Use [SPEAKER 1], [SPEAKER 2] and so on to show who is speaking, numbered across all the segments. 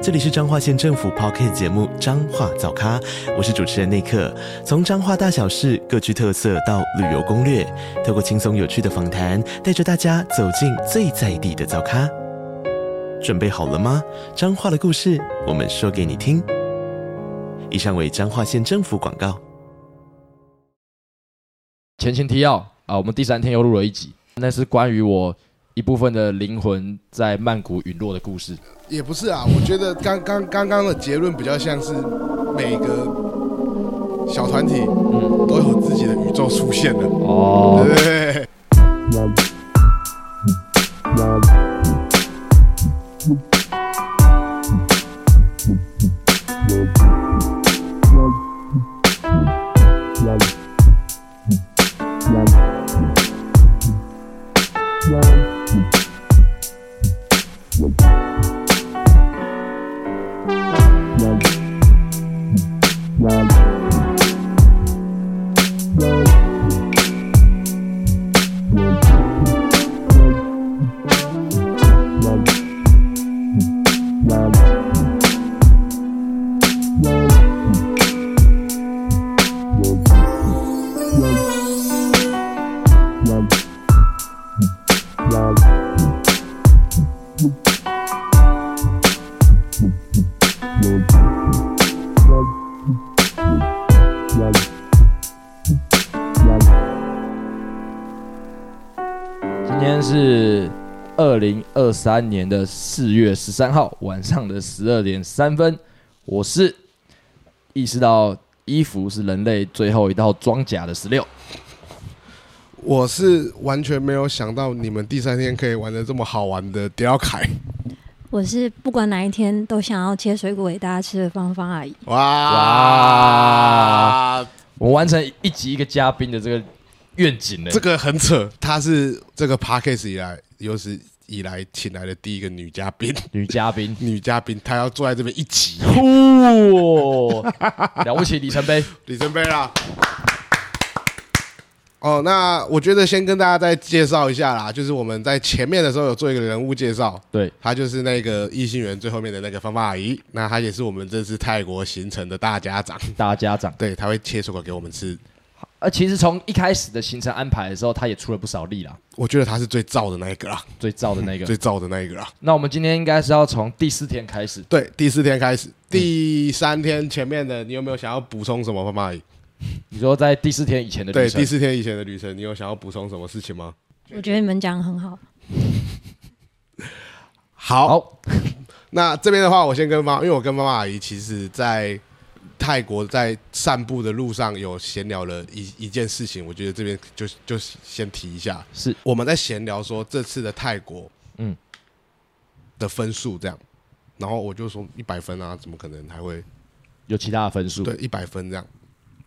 [SPEAKER 1] 这里是彰化县政府 p o c k t 节目《彰化早咖》，我是主持人内克。从彰化大小事各具特色到旅游攻略，透过轻松有趣的访谈，带着大家走进最在地的早咖。准备好了吗？彰化的故事，我们说给你听。以上为彰化县政府广告。
[SPEAKER 2] 前情提要啊，我们第三天又录了一集，那是关于我一部分的灵魂在曼谷陨落的故事。
[SPEAKER 3] 也不是啊，我觉得刚刚刚刚的结论比较像是每个小团体
[SPEAKER 2] 嗯，
[SPEAKER 3] 都有自己的 宇宙出现了，
[SPEAKER 2] 哦，
[SPEAKER 3] 对，
[SPEAKER 2] 今天是二零二三年的四月十三号晚上的十二点三分，我是意识到衣服是人类最后一道装甲的十六。
[SPEAKER 3] 我是完全没有想到你们第三天可以玩的这么好玩的迪奥凯，
[SPEAKER 4] 我是不管哪一天都想要切水果给大家吃的芳芳阿姨。
[SPEAKER 3] 哇，
[SPEAKER 2] 我完成一集一个嘉宾的这个愿景呢。
[SPEAKER 3] 这个很扯，她是这个 p a r k a s 以来有史以来请来的第一个女嘉宾，
[SPEAKER 2] 女嘉宾，
[SPEAKER 3] 女嘉宾她要坐在这边一集，
[SPEAKER 2] 酷，了不起里程碑。
[SPEAKER 3] 里程碑啦。啊哦，那我觉得先跟大家再介绍一下啦，就是我们在前面的时候有做一个人物介绍，
[SPEAKER 2] 对，
[SPEAKER 3] 她就是那个异性缘最后面的那个芳芳阿姨，那她也是我们这次泰国行程的大家长，
[SPEAKER 2] 大家长。
[SPEAKER 3] 对，她会切水果给我们吃，
[SPEAKER 2] 呃，其实从一开始的行程安排的时候，他也出了不少力啦，
[SPEAKER 3] 我觉得她是最燥的那一个啦，
[SPEAKER 2] 最燥的那个
[SPEAKER 3] 最。燥的那一个啦。
[SPEAKER 2] 那我们今天应该是要从第四天开始，
[SPEAKER 3] 对，第四天开始，第三天前面的你有没有想要补充什么，芳芳阿姨？
[SPEAKER 2] 你说在第四天以前的
[SPEAKER 3] 对，
[SPEAKER 2] 旅
[SPEAKER 3] 第
[SPEAKER 2] 程，
[SPEAKER 3] 四天以前的旅程，你有想要补充什么事情吗？
[SPEAKER 4] 我觉得你们讲的很好，
[SPEAKER 3] 好
[SPEAKER 2] 好，
[SPEAKER 3] 那这边的话，我先跟妈，因为我跟妈妈阿姨其实，在泰国在散步的路上有闲聊了一一件事情，我觉得这边就就先提一下，
[SPEAKER 2] 是
[SPEAKER 3] 我们在闲聊说这次的泰国，嗯
[SPEAKER 2] 嗯，
[SPEAKER 3] 的分数这样，然后我就说一百分啊，怎么可能还会
[SPEAKER 2] 有其他的分数，
[SPEAKER 3] 对，一百分这样。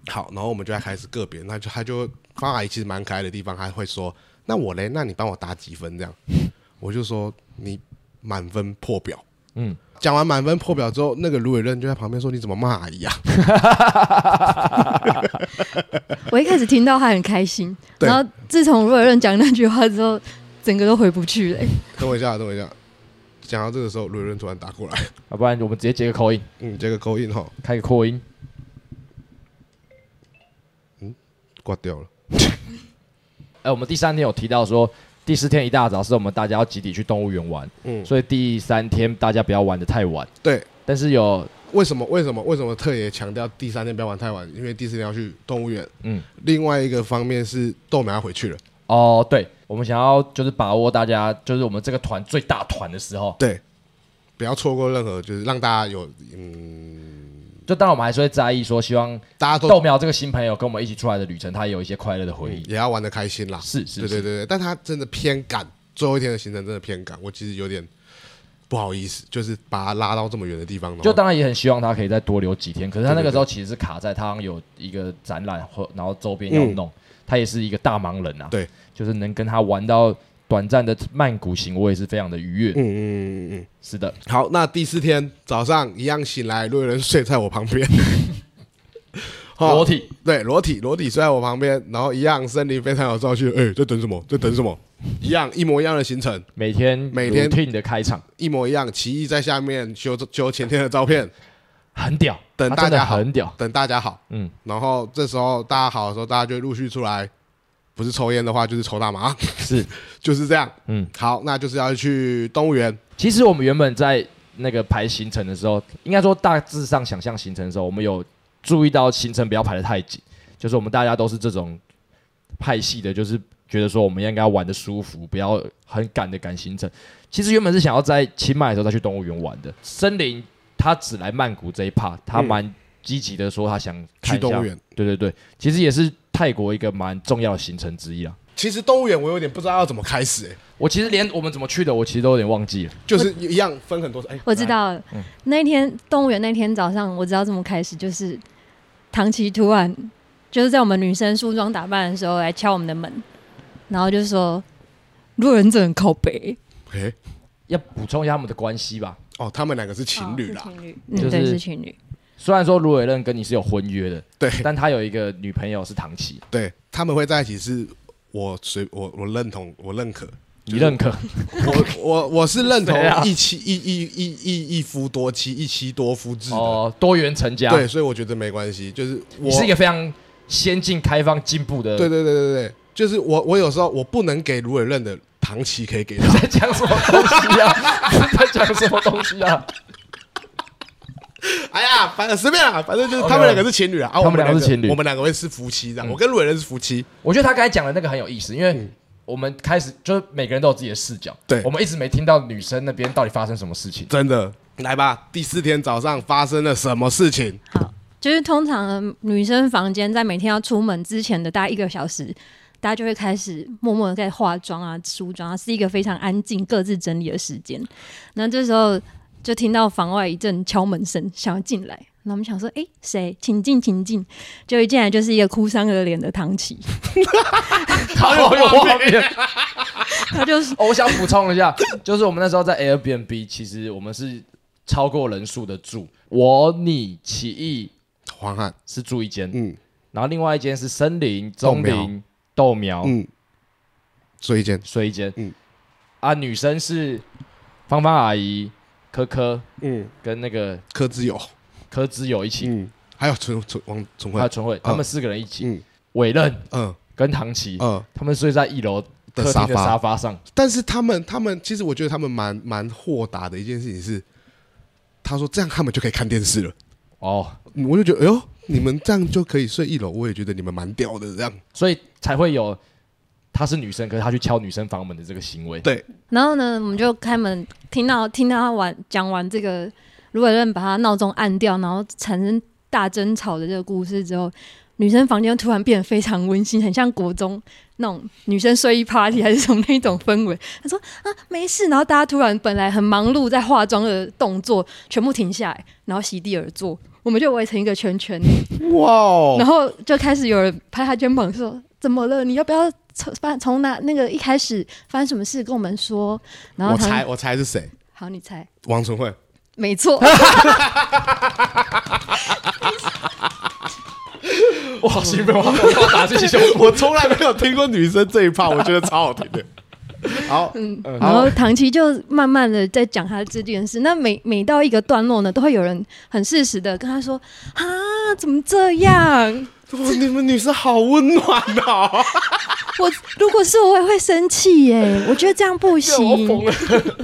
[SPEAKER 3] 好，然后我们就在开始个别，那就他就方阿姨其实蛮可爱的地方，她会说：“那我嘞，那你帮我打几分？”这样，我就说你满分破表。嗯
[SPEAKER 2] 嗯，
[SPEAKER 3] 讲完满分破表之后，那个芦苇任就在旁边说：“你怎么骂阿姨啊
[SPEAKER 4] 我一开始听到他很开 心，
[SPEAKER 3] 对
[SPEAKER 4] 然后自从若润讲那句话之后，整个都回不去了、欸。？”
[SPEAKER 3] 等我一下，等我一下。讲到这个时候，芦苇任突然打过来，
[SPEAKER 2] 要不然我们直接接个口音，
[SPEAKER 3] 嗯，这个勾印哈
[SPEAKER 2] 开个扩音，
[SPEAKER 3] 挂掉了。
[SPEAKER 2] 哎、我们第三天有提到说，第四天一大早是我们大家要集体去动物园玩，
[SPEAKER 3] 嗯
[SPEAKER 2] 嗯，所以第三天大家不要玩的太晚。
[SPEAKER 3] 对，
[SPEAKER 2] 但是有，
[SPEAKER 3] 为什么？为什么？为什么特别强调第三天不要玩太晚？因为第四天要去动物园。
[SPEAKER 2] 嗯，
[SPEAKER 3] 另外一个方面是豆苗要回去了。
[SPEAKER 2] 哦，对，我们想要就是把握大家，就是我们这个团最大团的时候，
[SPEAKER 3] 对，不要错过任何，就是让大家有嗯，
[SPEAKER 2] 就当然我们还是会在意说，希望
[SPEAKER 3] 大家都
[SPEAKER 2] 豆苗这个新朋友跟我们一起出来的旅程，他也有一些快乐的回忆。
[SPEAKER 3] 也要玩的开心啦。
[SPEAKER 2] 嗯是是
[SPEAKER 3] 对对
[SPEAKER 2] 是，
[SPEAKER 3] 对对，但他真的偏赶，最后一天的行程真的偏赶，我其实有点不好意思，就是把他拉到这么远的地方，然后
[SPEAKER 2] 就当然也很希望他可以再多留几天，可是他
[SPEAKER 3] 对对
[SPEAKER 2] 那个时候其实是卡在他好像有一个嗯展览或然后周边要弄，他也是一个大忙人啊，
[SPEAKER 3] 对，
[SPEAKER 2] 就是能跟他玩到短暂的曼谷行，我也是非常的愉悦。
[SPEAKER 3] 嗯嗯嗯嗯嗯。
[SPEAKER 2] 是的，
[SPEAKER 3] 好，那第四天早上一样醒来，路人睡在我旁边， 好
[SPEAKER 2] 裸体
[SPEAKER 3] 对，裸体裸体睡在我旁边，然后一样森林非常有照去，哎、在等什么？在等什么？一样一模一样的行程，
[SPEAKER 2] 每天
[SPEAKER 3] 每天
[SPEAKER 2] 听你的开场
[SPEAKER 3] 一模一样。奇艺在下面修修前天的 照片，
[SPEAKER 2] 很屌，
[SPEAKER 3] 等
[SPEAKER 2] 他
[SPEAKER 3] 大
[SPEAKER 2] 真的
[SPEAKER 3] 家好
[SPEAKER 2] 很屌，
[SPEAKER 3] 等大家好。
[SPEAKER 2] 嗯，
[SPEAKER 3] 然后这时候大家好的时候，大家就陆续出来，不是抽烟的话就是抽大麻，
[SPEAKER 2] 是。
[SPEAKER 3] 就是这样。
[SPEAKER 2] 嗯，
[SPEAKER 3] 好，那就是要去动物园。
[SPEAKER 2] 其实我们原本在那个排行程的时候，应该说大致上想象行程的时候，我们有注意到行程不要排得太紧，就是我们大家都是这种派系的，就是觉得说我们应该玩的舒服，不要很赶的赶行程。其实原本是想要在清迈的时候再去动物园玩的，森林他只来曼谷这一趴，他蛮积极的说他想看
[SPEAKER 3] 去
[SPEAKER 2] 一下
[SPEAKER 3] 动物园，
[SPEAKER 2] 对对对，其实也是泰国一个蛮重要的行程之一啊。
[SPEAKER 3] 其实动物园我有点不知道要怎么开始、哎，
[SPEAKER 2] 我其实连我们怎么去的，我其实都有点忘记了。
[SPEAKER 3] 就是一样分很多。哎、
[SPEAKER 4] 我知道了那天动物园那天早上，我知道怎么开始，就是唐琪突然就是在我们女生梳妆打扮的时候来敲我们的门，然后就说路人真的很靠北，
[SPEAKER 3] 来，哎、
[SPEAKER 2] 要补充一下他们的关系吧。
[SPEAKER 3] 哦，他们两个是情侣啦，
[SPEAKER 4] 哦是情侣，嗯，
[SPEAKER 2] 就是
[SPEAKER 4] 对，是情侣，
[SPEAKER 2] 虽然说卢伟任跟你是有婚约的，
[SPEAKER 3] 对
[SPEAKER 2] 但他有一个女朋友是唐琪，
[SPEAKER 3] 对，他们会在一起是我随我我认同我认可，
[SPEAKER 2] 你认可？
[SPEAKER 3] 我我我是认同
[SPEAKER 2] 谁啊
[SPEAKER 3] 一妻一一一一一夫多妻一妻多夫制的，
[SPEAKER 2] 哦，多元成家，
[SPEAKER 3] 对，，所以我觉得没关系，就是我
[SPEAKER 2] 你是一个非常先进、开放、进步的。
[SPEAKER 3] 对对对对对，就是我我有时候我不能给卢伟任的唐琪可以给他
[SPEAKER 2] ，在讲什么东西啊？ 在讲什么东西啊？
[SPEAKER 3] 哎呀，反正随便啦，反正就是
[SPEAKER 2] OK，
[SPEAKER 3] 他们两个是情侣啊，啊
[SPEAKER 2] 哦他们
[SPEAKER 3] 我
[SPEAKER 2] 两个
[SPEAKER 3] 个
[SPEAKER 2] 是情侣嗯
[SPEAKER 3] 我们两个会是夫妻这样，我跟卢伟任是夫妻，
[SPEAKER 2] 我觉得他刚才讲的那个很有意思，因为我们开始就是每个人都有自己的视角，
[SPEAKER 3] 对
[SPEAKER 2] 我们一直没听到女生那边到底发生什么事 情。
[SPEAKER 3] 真的。来吧，第四天早上发生了什么事情？
[SPEAKER 4] 就是通常呃女生房间在每天要出门之前的大概一个小时，大家就会开始默默的在化妆啊、梳妆啊，是一个非常安静、各自整理的时间。那这时候就听到房外一阵敲门声，想要进来。那我们想说，诶，谁？请进，请进。就一进来就是一个哭丧着脸的唐琪，
[SPEAKER 2] 好有画面。
[SPEAKER 4] 他就
[SPEAKER 2] 哦，我想补充一下，就是我们那时候在 Airbnb，其实我们是超过人数的住，我、你、奇艺
[SPEAKER 3] 黄汉，
[SPEAKER 2] 是住一间，
[SPEAKER 3] 嗯
[SPEAKER 2] 然后另外一间是森林、
[SPEAKER 3] 豆
[SPEAKER 2] 中
[SPEAKER 3] 苗
[SPEAKER 2] 林、豆苗、
[SPEAKER 3] 嗯，所以见
[SPEAKER 2] 睡一间。
[SPEAKER 3] 嗯
[SPEAKER 2] 啊，女生是芳芳阿姨、珂珂
[SPEAKER 3] 嗯，
[SPEAKER 2] 跟那个
[SPEAKER 3] 柯之友，
[SPEAKER 2] 柯之友一起，
[SPEAKER 3] 嗯，还有纯纯王纯
[SPEAKER 2] 还有
[SPEAKER 3] 惠，
[SPEAKER 2] 纯惠，他们四个人一起，
[SPEAKER 3] 嗯
[SPEAKER 2] 伟任
[SPEAKER 3] 嗯
[SPEAKER 2] 跟唐琪，
[SPEAKER 3] 嗯，
[SPEAKER 2] 他们睡在一楼客厅
[SPEAKER 3] 沙
[SPEAKER 2] 的
[SPEAKER 3] 发
[SPEAKER 2] 沙发上。
[SPEAKER 3] 但是他们他们其实我觉得他们蛮蛮豁达的一件事情是，他说这样他们就可以看电视了，
[SPEAKER 2] 哦，
[SPEAKER 3] 我就觉得哎呦，你们这样就可以睡一楼，我也觉得你们蛮屌的这样。
[SPEAKER 2] 所以才会有她是女生，可是她去敲女生房门的这个行为。
[SPEAKER 3] 对，
[SPEAKER 4] 然后呢，我们就开门，听到听到他完讲完这个卢伟任把他闹钟按掉，然后产生大争吵的这个故事之后，女生房间突然变得非常温馨，很像国中那种女生睡衣 party 还是什么那种氛围。他说啊，没事。然后大家突然本来很忙碌在化妆的动作全部停下来，然后席地而坐，我们就围成一个圈圈，
[SPEAKER 3] 哇
[SPEAKER 4] 然
[SPEAKER 3] 哦，
[SPEAKER 4] 后就开始有人拍他肩膀说：“怎么了？你要不要从发从哪那个一开始发生什么事跟我们说？”然后
[SPEAKER 3] 我
[SPEAKER 4] 他
[SPEAKER 3] 猜我猜是谁？
[SPEAKER 4] 好，你猜，
[SPEAKER 3] 王纯惠，
[SPEAKER 4] 没错，
[SPEAKER 2] 我好兴奋，我 我打这些胸部。
[SPEAKER 3] 我从来没有听过女生这一趴，我觉得超好听的。好，嗯
[SPEAKER 4] 然后唐琪就慢慢的在讲他这件事。那每每到一个段落呢，都会有人很适时的跟他说：“啊，怎么这样？
[SPEAKER 3] 哇你们女生好温暖哦。
[SPEAKER 4] 我如果是我，我也会生气耶，我觉得这样 不
[SPEAKER 2] 这我疯
[SPEAKER 4] 行。
[SPEAKER 2] 了，”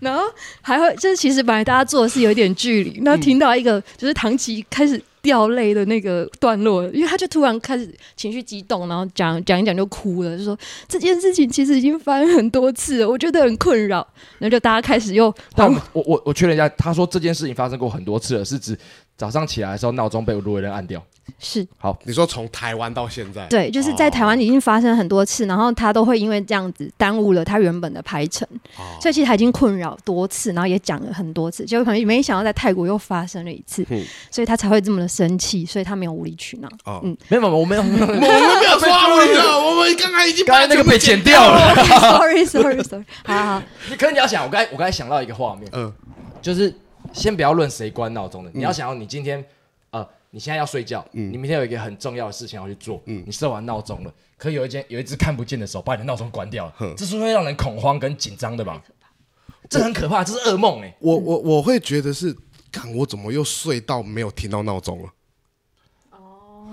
[SPEAKER 4] 然后还会，就是其实本来大家做的是有点距离，
[SPEAKER 2] 嗯
[SPEAKER 4] 那听到一个就是唐琪开始掉泪的那个段落，因为他就突然开始情绪激动，然后讲讲一讲就哭了，就说这件事情其实已经发生很多次了，我觉得很困扰。然后就大家开始又
[SPEAKER 2] 但我我我确认一下，他说这件事情发生过很多次了，是指早上起来的时候，闹钟被卢伟任按掉。
[SPEAKER 4] 是
[SPEAKER 3] 你说从台湾到现在，
[SPEAKER 4] 对，就是在台湾
[SPEAKER 3] 哦
[SPEAKER 4] 已经发生很多次，然后他都会因为这样子耽误了他原本的排程，
[SPEAKER 3] 哦，
[SPEAKER 4] 所以其实他已经困扰多次，然后也讲了很多次，结果可能没想到在泰国又发生了一次
[SPEAKER 3] 嗯，
[SPEAKER 4] 所以他才会这么的生气，所以他没有无 理取闹。
[SPEAKER 3] 哦
[SPEAKER 4] 嗯
[SPEAKER 2] 没有，没有，我没有，没 有
[SPEAKER 3] 我们没有说阿文的，我们刚刚已经
[SPEAKER 2] 刚才那个被剪掉了。
[SPEAKER 4] Sorry，Sorry，Sorry，好好好，
[SPEAKER 2] 可是你要想，我刚才我刚才想到一个画面，
[SPEAKER 3] 嗯
[SPEAKER 2] 就是先不要论谁关闹钟的，你要想要你今天呃，你现在要睡觉，你明天有一个很重要的事情要去做，你设完闹钟了，可有一间有一只看不见的手把你的闹钟关掉了，这是会让人恐慌跟紧张的吧？这很可怕，这是噩梦哎、
[SPEAKER 3] 我我我会觉得是，看我怎么又睡到没有听到闹钟了。哦，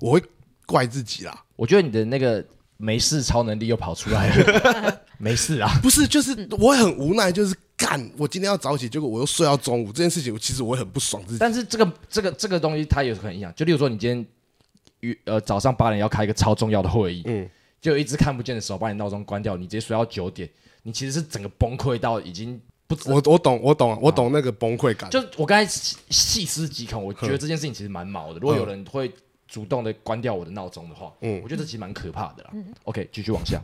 [SPEAKER 3] 我会怪自己啦，
[SPEAKER 2] 我觉得你的那个没事超能力又跑出来了， 没事啊，
[SPEAKER 3] 不是，
[SPEAKER 4] 嗯
[SPEAKER 3] 就是我很无奈，就是干，我今天要早起，结果我又睡到中午，这件事情我其实我会很不爽自己。
[SPEAKER 2] 但是这个这个这个东西它有可能影响，就例如说你今天与呃早上八点要开一个超重要的会议，嗯，就有一只看不见的手把你闹钟关掉，你直接睡到九点，你其实是整个崩溃到已经不知
[SPEAKER 3] 我我懂，我
[SPEAKER 4] 啊
[SPEAKER 3] 懂，啊我懂那个崩溃感。
[SPEAKER 2] 就我刚才细细思极恐，我觉得这件事情其实蛮毛的。如果有人会主动的关掉我的闹钟的话，嗯嗯，我觉得这其实蛮可怕的啦。OK，继续
[SPEAKER 4] 嗯
[SPEAKER 2] 往下，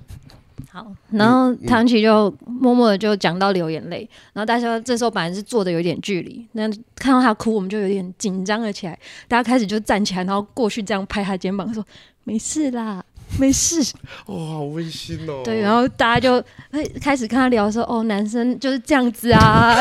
[SPEAKER 4] 好，
[SPEAKER 3] 嗯
[SPEAKER 4] 然后唐琪就默默的就讲到流眼泪，然后大家这时候本来是坐的有点距离，那看到他哭，我们就有点紧张了起来，大家开始就站起来，然后过去这样拍他肩膀说：“没事啦，没事。”
[SPEAKER 3] 哇，好温馨哦。
[SPEAKER 4] 对，然后大家就哎开始跟他聊说，哦，男生就是这样子啊，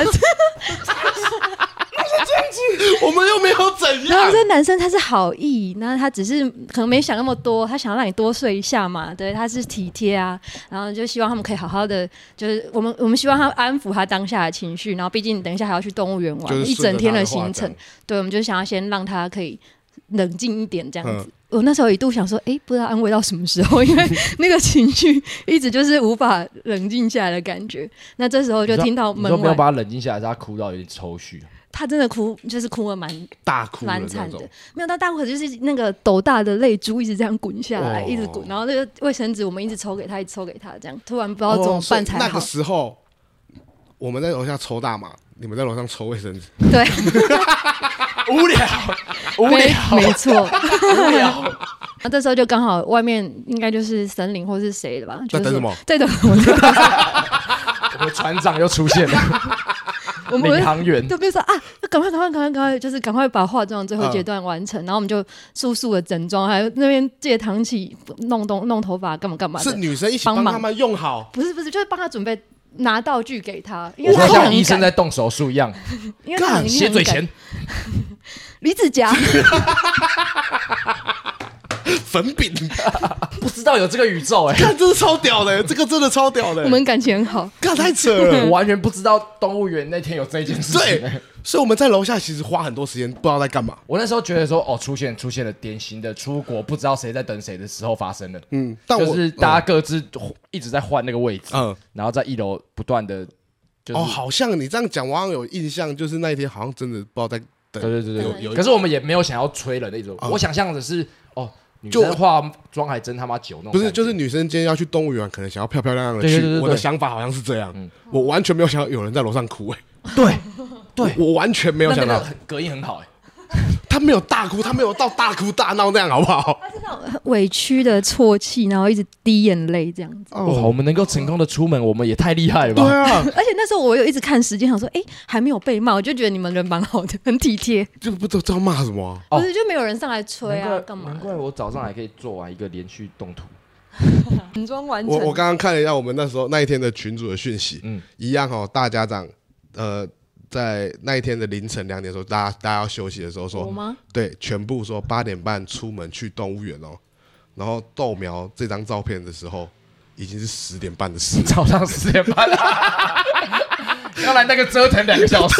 [SPEAKER 3] 我们又没有怎
[SPEAKER 4] 然后
[SPEAKER 3] 样。
[SPEAKER 4] 这男生他是好意，那他只是可能没想那么多，他想让你多睡一下嘛，对，他是体贴啊，然后就希望他们可以好好的，就是我们我们希望他安抚他当下的情绪，然后毕竟你等一下还要去动物园玩
[SPEAKER 3] 就是
[SPEAKER 4] 一整天
[SPEAKER 3] 的
[SPEAKER 4] 行程，，对，我们就想要先让他可以冷静一点这样子
[SPEAKER 3] 嗯。
[SPEAKER 4] 我那时候一度想说，哎、不知道安慰到什么时候，因为那个情绪一直就是无法冷静下来的感觉。那这时候就听到
[SPEAKER 2] 你说
[SPEAKER 4] 门
[SPEAKER 2] 没有
[SPEAKER 4] 外，
[SPEAKER 2] 把他冷静下来，是他哭到有点抽搐。
[SPEAKER 4] 他真的哭，就是哭了蛮
[SPEAKER 3] 大哭的
[SPEAKER 4] 蛮
[SPEAKER 3] 那
[SPEAKER 4] 惨的
[SPEAKER 3] 种。，
[SPEAKER 4] 没有到大哭，可是就是那个斗大的泪珠一直这样滚下来，
[SPEAKER 3] 哦
[SPEAKER 4] 一直滚，然后那个卫生纸我们一直抽给他，一直抽给他，这样突然不知道怎么
[SPEAKER 3] 哦所以
[SPEAKER 4] 办才
[SPEAKER 3] 那
[SPEAKER 4] 好。
[SPEAKER 3] 个时候，我们在楼下抽大麻，你们在楼上抽卫生纸。
[SPEAKER 4] 对，
[SPEAKER 2] 无聊，无
[SPEAKER 4] 没
[SPEAKER 2] 聊，
[SPEAKER 4] 没错。
[SPEAKER 2] 无聊。
[SPEAKER 4] 那这时候就刚好外面应该就是森林或是谁的吧，就
[SPEAKER 3] 在
[SPEAKER 4] 是
[SPEAKER 3] 等
[SPEAKER 4] 说
[SPEAKER 3] 什么
[SPEAKER 4] 在等我们。
[SPEAKER 2] 我们船长又出现了，
[SPEAKER 4] 我们
[SPEAKER 2] 领航员。
[SPEAKER 4] 就比如说啊，赶快赶快赶快赶快，就是赶快把化妆最后阶段完成，
[SPEAKER 3] 嗯
[SPEAKER 4] 然后我们就速速的整装，还有那边借唐起弄东弄头发干嘛干嘛
[SPEAKER 3] 是
[SPEAKER 4] 的。
[SPEAKER 3] 女生一起
[SPEAKER 4] 帮
[SPEAKER 3] 帮
[SPEAKER 4] 忙
[SPEAKER 3] 他们用好。
[SPEAKER 4] 不是不是，就是帮他准备拿道具给他，因
[SPEAKER 2] 我
[SPEAKER 4] 为他
[SPEAKER 2] 说
[SPEAKER 4] 很
[SPEAKER 2] 像
[SPEAKER 4] 赶
[SPEAKER 2] 医生在动手术一 样，
[SPEAKER 4] 因为他很
[SPEAKER 2] 血嘴钳，
[SPEAKER 4] 离子 夹，
[SPEAKER 3] 粉饼，
[SPEAKER 2] 不知道有这个宇宙哎、
[SPEAKER 3] 看这是超屌的，这个真的超屌的。
[SPEAKER 4] 我们感情很好。
[SPEAKER 3] 干太扯
[SPEAKER 4] 嗯
[SPEAKER 3] 了。
[SPEAKER 2] 我完全不知道动物园那天有这件事情、欸
[SPEAKER 3] 对，所以我们在楼下其实花很多时间，不知道在干嘛。
[SPEAKER 2] 我那时候觉得说，哦，出现出现了典型的出国不知道谁在等谁的时候发生了，
[SPEAKER 3] 嗯，但我
[SPEAKER 2] 就是大家各自一直在换那个位置，
[SPEAKER 3] 嗯
[SPEAKER 2] 然后在一楼不断的，就
[SPEAKER 3] 哦，
[SPEAKER 2] 是
[SPEAKER 3] 好像你这样讲，我好像有印象，就是那一天好像真的不知道在
[SPEAKER 2] 对
[SPEAKER 3] 等。
[SPEAKER 2] 对对
[SPEAKER 3] 有
[SPEAKER 2] 对
[SPEAKER 3] 有啊
[SPEAKER 2] 对。可是我们也没有想要催人的一种，我想象的是，哦，女
[SPEAKER 3] 就
[SPEAKER 2] 生化妆还真他妈久，那种
[SPEAKER 3] 不是，
[SPEAKER 2] 感觉
[SPEAKER 3] 就是女生今天要去动物园，可能想要漂漂亮亮的
[SPEAKER 2] 对对对
[SPEAKER 3] 去。
[SPEAKER 2] 对嗯
[SPEAKER 3] 我的
[SPEAKER 2] 对
[SPEAKER 3] 想法好像是这样，我完全没有想到有人在楼上哭，哎，
[SPEAKER 2] 对对，
[SPEAKER 3] 我完全没有
[SPEAKER 2] 那
[SPEAKER 3] 想
[SPEAKER 2] 那
[SPEAKER 3] 到
[SPEAKER 2] 个，隔音很好哎，
[SPEAKER 3] 他没有大哭，他没有到大哭大闹那样，好不好？
[SPEAKER 4] 委屈的啜泣，然后一直滴眼泪这样子。
[SPEAKER 2] 哇，我们能够成功的出门，我们也太厉害了
[SPEAKER 3] 哦对
[SPEAKER 2] 吧？
[SPEAKER 3] 啊，
[SPEAKER 4] 而且那时候我有一直看时间，想说，哎、还没有被骂，我就觉得你们人蛮好的， 很体贴。
[SPEAKER 3] 就不知道要骂什么啊。
[SPEAKER 2] 哦
[SPEAKER 4] 不是，就没有人上来催啊，
[SPEAKER 2] 难怪
[SPEAKER 4] 干嘛
[SPEAKER 2] 难怪
[SPEAKER 4] 的？
[SPEAKER 2] 我早上还可以做完一个连续动图，
[SPEAKER 4] 整装完
[SPEAKER 3] 我
[SPEAKER 4] 成。
[SPEAKER 3] 我刚刚看了一下我们那时候那一天的群主的讯息，
[SPEAKER 2] 嗯。
[SPEAKER 3] 一样哦，大家长，呃，在那一天的凌晨两点的时候，大家大家要休息的时候说，
[SPEAKER 4] 我吗？
[SPEAKER 3] 对，全部说八点半出门去动物园哦。然后豆苗这张照片的时候，已经是十点半的 事
[SPEAKER 2] 早上十点半，要来那个折腾两个小 时。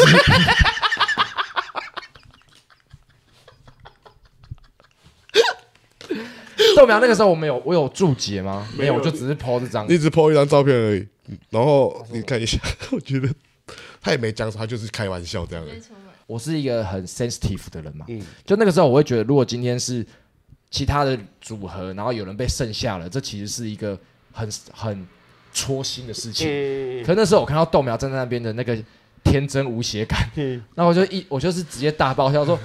[SPEAKER 2] 豆苗那个时候我们有我有注解吗？没有，我就只是 PO 这张
[SPEAKER 3] 你。只 po 一张照片而已，嗯然后你看一下， 我觉得他也没讲什么，他就是开玩笑这样而已。
[SPEAKER 2] 我是一个很 sensitive 的人嘛，就那个时候我会觉得，如果今天是其他的组合，然后有人被剩下了，这其实是一个嗯很很戳心的事情。可那时候我看到豆苗站在那边的那个天真无邪感。那我就一我就是直接大爆笑说。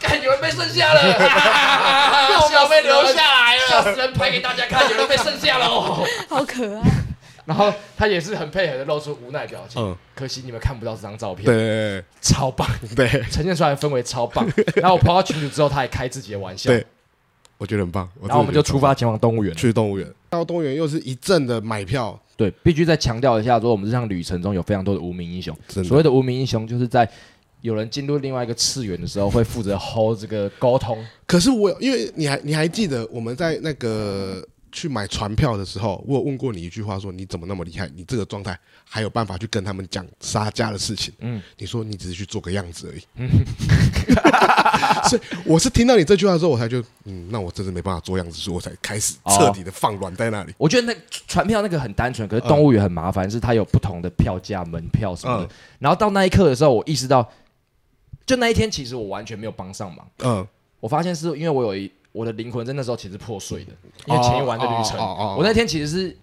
[SPEAKER 2] 看有人被剩下了， 啊、笑被留下来了，笑死人！拍给大家看，有人被剩下了哦。
[SPEAKER 4] 好可爱。
[SPEAKER 2] 然后他也是很配合的露出无奈表情。
[SPEAKER 3] 嗯
[SPEAKER 2] 可惜你们看不到这张照片，
[SPEAKER 3] 对
[SPEAKER 2] 超棒，
[SPEAKER 3] 对对，
[SPEAKER 2] 呈现出来的氛围超棒。然后我抛到群组之后，他也开自己的玩笑，
[SPEAKER 3] 对我觉得很棒。
[SPEAKER 2] 然后我们就出
[SPEAKER 3] 发
[SPEAKER 2] 发前往动物园。
[SPEAKER 3] 去动物园，到动物园又是一阵的买票，
[SPEAKER 2] 对，必须再强调一下，说我们这趟旅程中有非常多的无名英雄。
[SPEAKER 3] 真
[SPEAKER 2] 所
[SPEAKER 3] 的
[SPEAKER 2] 谓的无名英雄，就是在有人进入另外一个次元的时候，会负责 hold 这个沟通。
[SPEAKER 3] 可是我有，因为你还你还记得我们在那个去买船票的时候，我有问过你一句话说，你怎么那么厉害？你这个状态还有办法去跟他们讲杀价的事情？
[SPEAKER 2] 嗯
[SPEAKER 3] 嗯，你说你只是去做个样子而已。所以我是听到你这句话之后，我才就嗯，那我真的没办法做样子，所以我才开始彻底的放软在那里。
[SPEAKER 2] 我觉得那船票那个很单纯，可是动物园很麻烦，是它有不同的票价、门票什么的
[SPEAKER 3] 嗯。
[SPEAKER 2] 然后到那一刻的时候，我意识到，就那一天其实我完全没有帮上忙。
[SPEAKER 3] 嗯，
[SPEAKER 2] 我发现是因为我有一我的灵魂在那时候其实破碎的，因为前一晚的旅程，
[SPEAKER 3] 哦哦哦哦
[SPEAKER 2] 我那天其实是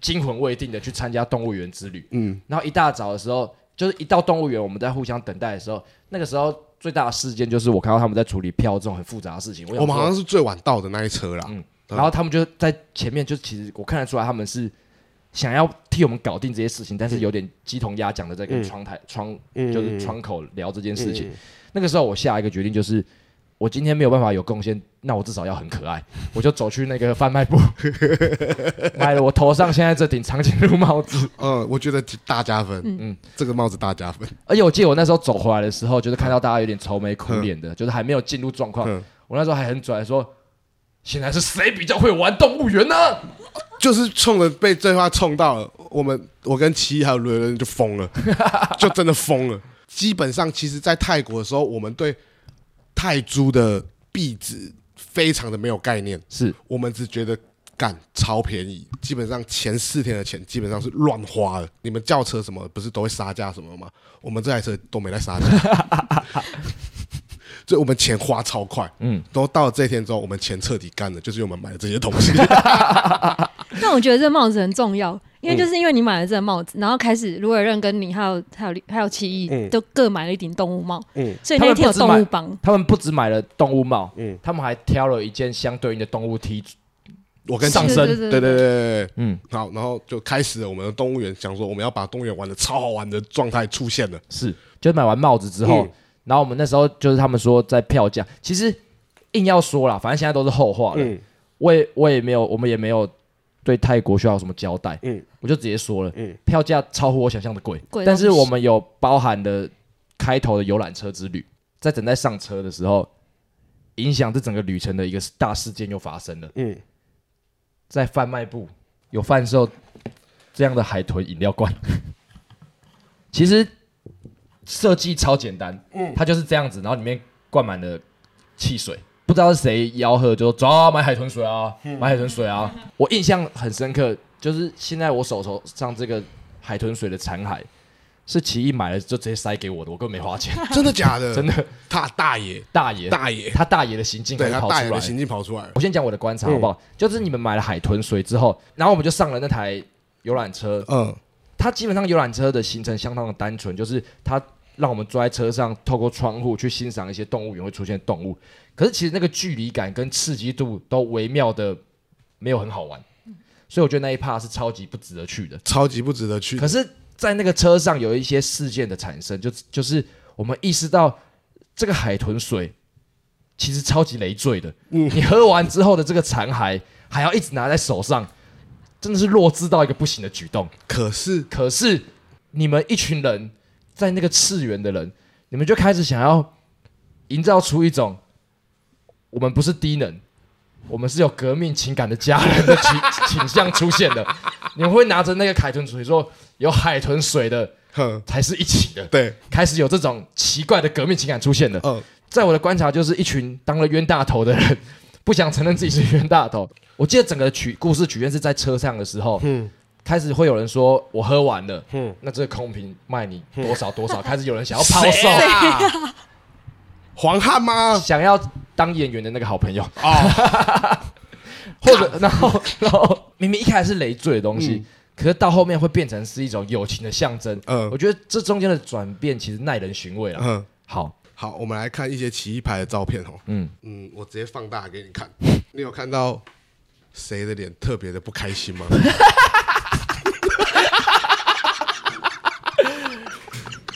[SPEAKER 2] 惊魂未定的去参加动物园之旅。
[SPEAKER 3] 嗯，
[SPEAKER 2] 然后一大早的时候，就是一到动物园，我们在互相等待的时候，那个时候最大的事件就是我看到他们在处理票这种很复杂的事情。我
[SPEAKER 3] 呃
[SPEAKER 2] 想
[SPEAKER 3] 我们
[SPEAKER 2] 说
[SPEAKER 3] 好像是最晚到的那一车啦。
[SPEAKER 2] 嗯然后他们就在前面，就其实我看得出来他们是想要替我们搞定这些事情，但是有点鸡同鸭讲的在跟窗台、窗就是窗口聊这件事情。那个时候我下一个决定就是。我今天没有办法有贡献，那我至少要很可爱。 我就走去那个贩卖部， 买了我头上现在这顶长颈鹿帽子。
[SPEAKER 3] 嗯，我觉得大加分。
[SPEAKER 2] 嗯
[SPEAKER 3] 嗯，这个帽子大加分。
[SPEAKER 2] 而且我记得我那时候走回来的时候，就是看到大家有点愁眉苦脸的，就是还没有进入状况。
[SPEAKER 3] 嗯
[SPEAKER 2] 我那时候还很拽说，现在是谁比较会玩动物园呢？
[SPEAKER 3] 就是冲着被这句话冲到了，我们我跟奇艺还有伦伦就疯了，就真的疯了。基本上，其实，在泰国的时候，我们对泰铢的币值非常的没有概念，
[SPEAKER 2] 是
[SPEAKER 3] 我们只觉得干超便宜。基本上前四天的钱基本上是乱花的。你们轿车什么不是都会杀价什么吗？我们这台车都没在杀价，所以我们钱花超快。
[SPEAKER 2] 嗯
[SPEAKER 3] 嗯，然后到了这一天之后，我们钱彻底干了，就是因为我们买了这些东西。
[SPEAKER 4] 但我觉得这帽子很重要，
[SPEAKER 2] 嗯
[SPEAKER 4] 因为就是因为你买了这个帽子，然后开始卢尔任跟你还有还有还有奇艺、
[SPEAKER 3] 嗯
[SPEAKER 4] 都各买了一顶动物帽，
[SPEAKER 3] 嗯
[SPEAKER 4] 所以那天有
[SPEAKER 2] 他
[SPEAKER 4] 动
[SPEAKER 2] 们
[SPEAKER 4] 物
[SPEAKER 2] 不
[SPEAKER 4] 帮。
[SPEAKER 2] 他们不只买了动物帽，
[SPEAKER 3] 嗯
[SPEAKER 2] 他们还挑了一件相对应的动物 T，
[SPEAKER 3] 我跟
[SPEAKER 2] 上
[SPEAKER 3] 奇
[SPEAKER 2] 身
[SPEAKER 3] 对对对对对，
[SPEAKER 2] 嗯，
[SPEAKER 3] 好，然后就开始了我们的动物园，想说我们要把动物园玩的超好玩的状态出现了。
[SPEAKER 2] 是，就是买完帽子之后，
[SPEAKER 3] 嗯
[SPEAKER 2] 然后我们那时候就是他们说在票价，其实硬要说啦，反正现在都是后话了，
[SPEAKER 3] 嗯
[SPEAKER 2] 我也我也没有，我们也没有对泰国需要有什么交代，
[SPEAKER 3] 嗯
[SPEAKER 2] 我就直接说了，
[SPEAKER 3] 嗯
[SPEAKER 2] 票价超乎我想象的贵，
[SPEAKER 4] 贵到
[SPEAKER 2] 但是
[SPEAKER 4] 不行
[SPEAKER 2] 我们有包含的开头的游览车之旅，在等待上车的时候，影响这整个旅程的一个大事件又发生了，
[SPEAKER 3] 嗯，
[SPEAKER 2] 在贩卖部有贩售这样的海豚饮料罐， 其实设计超简单，
[SPEAKER 3] 嗯
[SPEAKER 2] 它就是这样子，然后里面灌满了汽水。不知道是谁吆喝，就说走啊，买海豚水啊，
[SPEAKER 3] 嗯
[SPEAKER 2] 买海豚水啊！我印象很深刻，就是现在我手头上这个海豚水的残骸，是奇艺买了就直接塞给我的，我根本没花钱。
[SPEAKER 3] 真的假的？
[SPEAKER 2] 真的，
[SPEAKER 3] 他大爷，
[SPEAKER 2] 大爷，
[SPEAKER 3] 大爷，
[SPEAKER 2] 他大爷的行径
[SPEAKER 3] 对
[SPEAKER 2] 还
[SPEAKER 3] 他
[SPEAKER 2] 跑
[SPEAKER 3] 大
[SPEAKER 2] 出
[SPEAKER 3] 爷
[SPEAKER 2] 来
[SPEAKER 3] 的，行径嗯跑出来了。
[SPEAKER 2] 我先讲我的观察好不好？就是你们买了海豚水之后，然后我们就上了那台游览车。
[SPEAKER 3] 嗯
[SPEAKER 2] 它基本上游览车的行程相当的单纯，就是它让我们坐在车上，透过窗户去欣赏一些动物园会出现的动物。可是其实那个距离感跟刺激度都微妙的没有很好玩，所以我觉得那一趴是超级不值得去的。
[SPEAKER 3] 超级不值得去
[SPEAKER 2] 可。是，在那个车上有一些事件的产生，就就是我们意识到这个海豚水其实超级累赘的。你喝完之后的这个残骸还要一直拿在手上，真的是弱智到一个不行的举动。
[SPEAKER 3] 可是，
[SPEAKER 2] 可是你们一群人在那个次元的人，你们就开始想要营造出一种我们不是低能，我们是有革命情感的家人的倾倾向出现的。你们会拿着那个海豚水说有海豚水的
[SPEAKER 3] 哼，
[SPEAKER 2] 才是一起的，
[SPEAKER 3] 对，
[SPEAKER 2] 开始有这种奇怪的革命情感出现的。
[SPEAKER 3] 嗯，
[SPEAKER 2] 在我的观察，就是一群当了冤大头的人，不想承认自己是冤大头。 我记得整个曲故事曲线是在车上的时候，嗯，开始会有人说我喝完了，嗯，那这个空瓶卖你多少多少，开始有人想要抛售
[SPEAKER 3] 谁，啊？黄汉吗？
[SPEAKER 2] 想要当演员的那个好朋友，
[SPEAKER 3] 哦，
[SPEAKER 2] 或者然后然后明明一开始是累赘的东西，可是到后面会变成是一种友情的象征。
[SPEAKER 3] 嗯
[SPEAKER 2] 我觉得这中间的转变其实耐人寻味啊。
[SPEAKER 3] 嗯，
[SPEAKER 2] 好，
[SPEAKER 3] 好，我们来看一些奇异牌的照片哦。
[SPEAKER 2] 嗯，
[SPEAKER 3] 嗯，我直接放大给你看。你有看到谁的脸特别的不开心吗？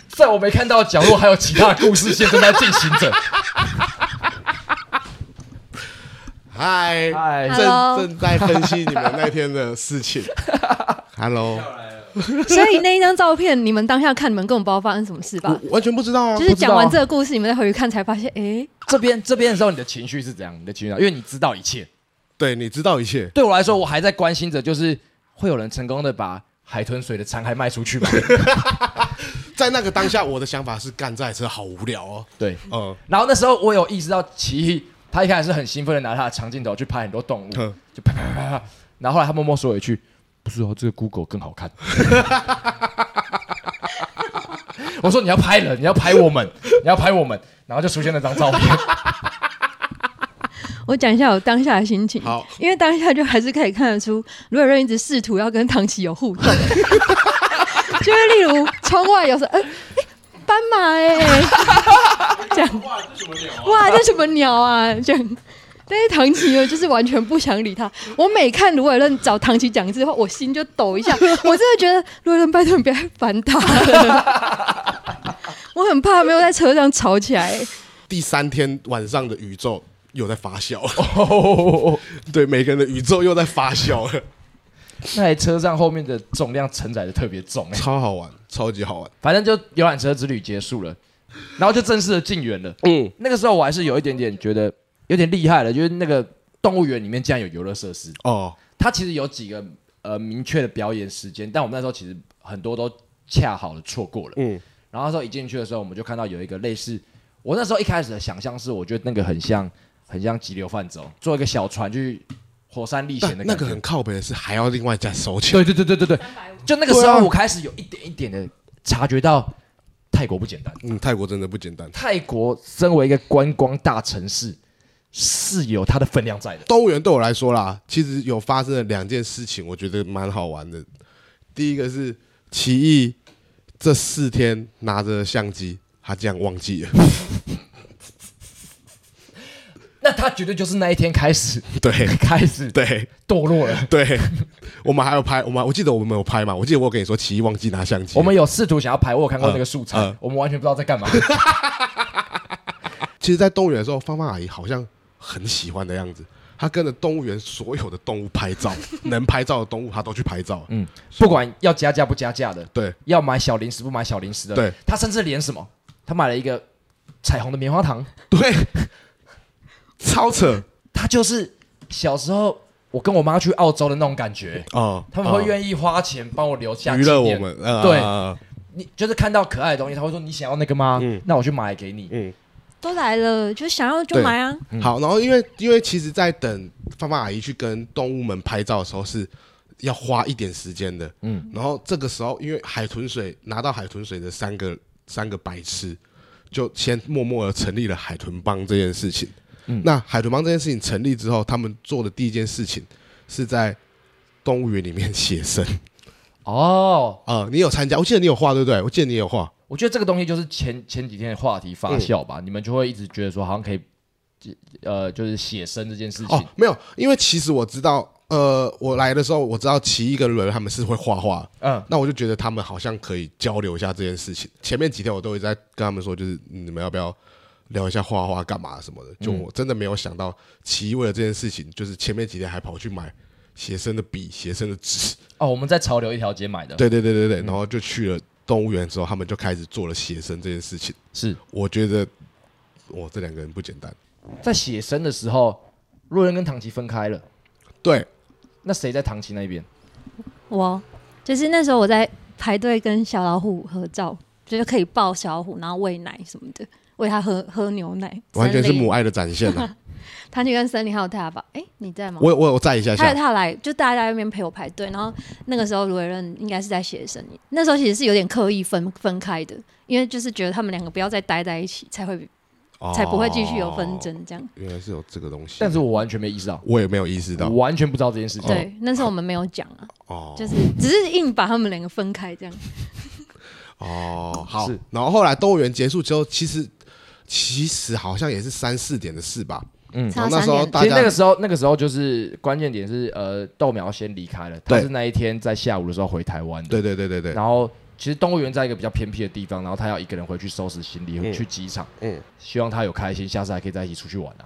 [SPEAKER 2] 在我没看到的角落，还有其他的故事线正在进行着。
[SPEAKER 3] 嗨，
[SPEAKER 2] 嗨
[SPEAKER 3] 正
[SPEAKER 4] Hello
[SPEAKER 3] 正在分析你们那天的事 情。Hello，
[SPEAKER 4] 所以那一张照片，你们当下看，你们根本不知道发生什么事吧
[SPEAKER 3] 我？我完全不知道啊
[SPEAKER 4] 就。
[SPEAKER 2] 不
[SPEAKER 4] 是
[SPEAKER 2] 知道
[SPEAKER 4] 讲完这个故事，你们再回去看才发现，诶，
[SPEAKER 2] 这边这边的时候，你的情绪是怎样？你的情绪是怎样，因为你知道一切。
[SPEAKER 3] 对，你知道一切。
[SPEAKER 2] 对我来说，我还在关心着，就是会有人成功的把海豚水的残骸卖出去吗？
[SPEAKER 3] 在那个当下，我的想法是干这台车好无聊 哦。
[SPEAKER 2] 对。
[SPEAKER 3] 嗯
[SPEAKER 2] 然后那时候我有意识到奇异，他一开始是很兴奋的拿他的长镜头去拍很多动物，
[SPEAKER 3] 嗯
[SPEAKER 2] 就啪啪啪啪啪。然后后来他默默说了一句：“不是哦，这个 Google 更好看。”我说：“你要拍人，你要拍我们，你要拍我们。”然后就出现那张照片。
[SPEAKER 4] 我讲一下我当下的心情。
[SPEAKER 3] 好，
[SPEAKER 4] 因为当下就还是可以看得出，卢尔润一直试图要跟唐琪有互动， 就是例如窗外有时候，呃，诶斑马哎、这样，哇，这什么鸟啊？这样。但是唐琪呢，就是完全不想理他。我每看卢尔润找唐琪讲一次话，我心就抖一 下。我真的觉得卢尔润，拜托你不要再烦他了， 我很怕没有在车上吵起来。
[SPEAKER 3] 第三天晚上的宇宙又在发酵了，
[SPEAKER 2] 哦，
[SPEAKER 3] 对，每个人的宇宙又在发酵 了，
[SPEAKER 2] 那台车上后面的重量承载的特别重、哎，
[SPEAKER 3] 超好玩，超级好玩。
[SPEAKER 2] 反正就游览车之旅结束了，然后就正式的进园了。
[SPEAKER 3] 嗯，
[SPEAKER 2] 那个时候我还是有一点点觉得有点厉害了，就是那个动物园里面竟然有游乐设施，
[SPEAKER 3] 哦，
[SPEAKER 2] 它其实有几个呃明确的表演时间，但我们那时候其实很多都恰好的错过了。
[SPEAKER 3] 嗯
[SPEAKER 2] 然后那时候一进去的时候，我们就看到有一个类似，我那时候一开始的想象是，我觉得那个很像很像急流泛舟，坐一个小船去火山历险
[SPEAKER 3] 但
[SPEAKER 2] 的
[SPEAKER 3] 那
[SPEAKER 2] 感
[SPEAKER 3] 个
[SPEAKER 2] 觉
[SPEAKER 3] 很。靠北的是还要另外加收钱。
[SPEAKER 2] 对对对对对对，就那个时候我开始有一点一点的察觉到泰国不简单。
[SPEAKER 3] 嗯，泰国真的不简单。
[SPEAKER 2] 泰国身为一个观光大城市，是有它的分量在的。
[SPEAKER 3] 动物园对我来说啦，其实有发生了两件事情，我觉得蛮好玩的。第一个是奇艺这四天拿着相机，他竟然忘记了。
[SPEAKER 2] 那他绝对就是那一天开始
[SPEAKER 3] 对
[SPEAKER 2] 开始
[SPEAKER 3] 对
[SPEAKER 2] 堕落了。
[SPEAKER 3] 对，我们还有拍，我们我记得我们有拍嘛？我记得我跟你说，奇艺忘记拿相机。
[SPEAKER 2] 我们有试图想要排，我有看过那个素材，
[SPEAKER 3] 嗯嗯
[SPEAKER 2] 我们完全不知道在 干嘛。
[SPEAKER 3] 其实，在动物园的时候，芳芳阿姨好像很喜欢的样子。她跟着动物园所有的动物 拍照，能拍照的动物她都去拍照。
[SPEAKER 2] 嗯，不管要加价不加价的，
[SPEAKER 3] 对，
[SPEAKER 2] 要买小零食不买小零食的，
[SPEAKER 3] 对，
[SPEAKER 2] 他甚至连什么，他买了一个彩虹的棉花糖，
[SPEAKER 3] 对，超扯
[SPEAKER 2] 他就是小时候我跟我妈去澳洲的那种感觉。
[SPEAKER 3] 哦！
[SPEAKER 2] 他们会
[SPEAKER 3] 意
[SPEAKER 2] 愿意花钱帮我留下
[SPEAKER 3] 娱乐
[SPEAKER 2] 纪
[SPEAKER 3] 我
[SPEAKER 2] 念
[SPEAKER 3] 们，呃
[SPEAKER 2] 对
[SPEAKER 3] 呃
[SPEAKER 2] 你就是看到可爱的东西，他会说你想要那个吗？
[SPEAKER 3] 嗯
[SPEAKER 2] 那我去买给你。
[SPEAKER 3] 嗯，
[SPEAKER 4] 都来了，就想要就
[SPEAKER 3] 对
[SPEAKER 4] 买啊。
[SPEAKER 2] 嗯
[SPEAKER 3] 好。然后，因为因为其实，在等芳芳阿姨去跟动物们拍照的时候，是要花一点时间的。
[SPEAKER 2] 嗯
[SPEAKER 3] 嗯，然后这个时候，因为海豚水拿到海豚水的三个三个白痴，就先默默的成立了海豚帮这件事情。
[SPEAKER 2] 嗯
[SPEAKER 3] 那海豚帮这件事情成立之后，他们做的第一件事情是在动物园里面写 生
[SPEAKER 2] 哦，
[SPEAKER 3] 啊、你有参加？我记得你有画，对不对？我记得你有画。
[SPEAKER 2] 我觉得这个东西就是前前几天的话题发酵
[SPEAKER 3] 嗯
[SPEAKER 2] 吧，你们就会一直觉得说好像可以，呃，就是写生这件事情。
[SPEAKER 3] 哦，没有，因为其实我知道，呃，我来的时候我知道奇异跟伦他们是会画画的，
[SPEAKER 2] 嗯，
[SPEAKER 3] 那我就觉得他们好像可以交流一下这件事情。前面几天我都一直在跟他们说，就是你们要不要聊一下画画干嘛什么
[SPEAKER 4] 嗯
[SPEAKER 3] 的。就我真的没有想到，奇异为了这件事情，就是前面几天还跑去买写生的笔、写生的纸，
[SPEAKER 2] 哦，我们在潮流一条街买的，，
[SPEAKER 4] 嗯
[SPEAKER 3] 对对对对对，然后就去了动物园之后，他们就开始做了写生这件事情。
[SPEAKER 2] 是
[SPEAKER 3] 我觉得，我这两个人不简单。
[SPEAKER 2] 在写生的时候，若渊跟唐琪分开了，
[SPEAKER 3] 对，
[SPEAKER 2] 那谁在唐琪那边？
[SPEAKER 4] 我就是那时候我在排队跟小老虎合照，就是可以抱小老虎，然后喂奶什么的，喂它喝喝牛奶。
[SPEAKER 3] 完全是
[SPEAKER 4] 森林
[SPEAKER 3] 母，爱的展现 啊！
[SPEAKER 4] 他去跟森林还有他吧？哎、你在吗？
[SPEAKER 3] 我我我再一下
[SPEAKER 4] 还
[SPEAKER 3] 下，
[SPEAKER 4] 有他来，就大家在那边陪我排队，然后那个时候卢伟任应该是在写生，那时候其实是有点刻意分分开的，因为就是觉得他们两个不要再待在一起才会
[SPEAKER 3] 哦
[SPEAKER 4] 才不会继续有纷。争这样。
[SPEAKER 3] 原来是有这个东西，
[SPEAKER 2] 但是我完全没意识到，
[SPEAKER 3] 我也没有意识
[SPEAKER 2] 我
[SPEAKER 3] 到
[SPEAKER 2] 完全不知道这件事情。
[SPEAKER 4] 对，那时候我们没有讲啊，
[SPEAKER 3] 哦
[SPEAKER 4] 就是只是硬把他们两个分开这样。
[SPEAKER 3] 哦，好
[SPEAKER 2] 是。
[SPEAKER 3] 然后后来动物园结束之后，其实其实好像也是三四点的事吧。
[SPEAKER 2] 嗯
[SPEAKER 3] 然后
[SPEAKER 4] 差
[SPEAKER 3] 哦那
[SPEAKER 4] 三
[SPEAKER 3] 时候
[SPEAKER 4] 点，
[SPEAKER 3] 大
[SPEAKER 2] 其实那
[SPEAKER 3] 家
[SPEAKER 2] 个时候，那个时候就是关键点是，呃，豆苗先离开了，他
[SPEAKER 3] 对
[SPEAKER 2] 是那一天在下午的时候回台湾的。
[SPEAKER 3] 对对对对对，
[SPEAKER 2] 然后其实动物园在一个比较偏僻的地方，然后他要一个人回去收拾行李，
[SPEAKER 3] 嗯
[SPEAKER 2] 去机场。
[SPEAKER 3] 嗯
[SPEAKER 2] 希望他有开心，下次还可以在一起出去玩啊。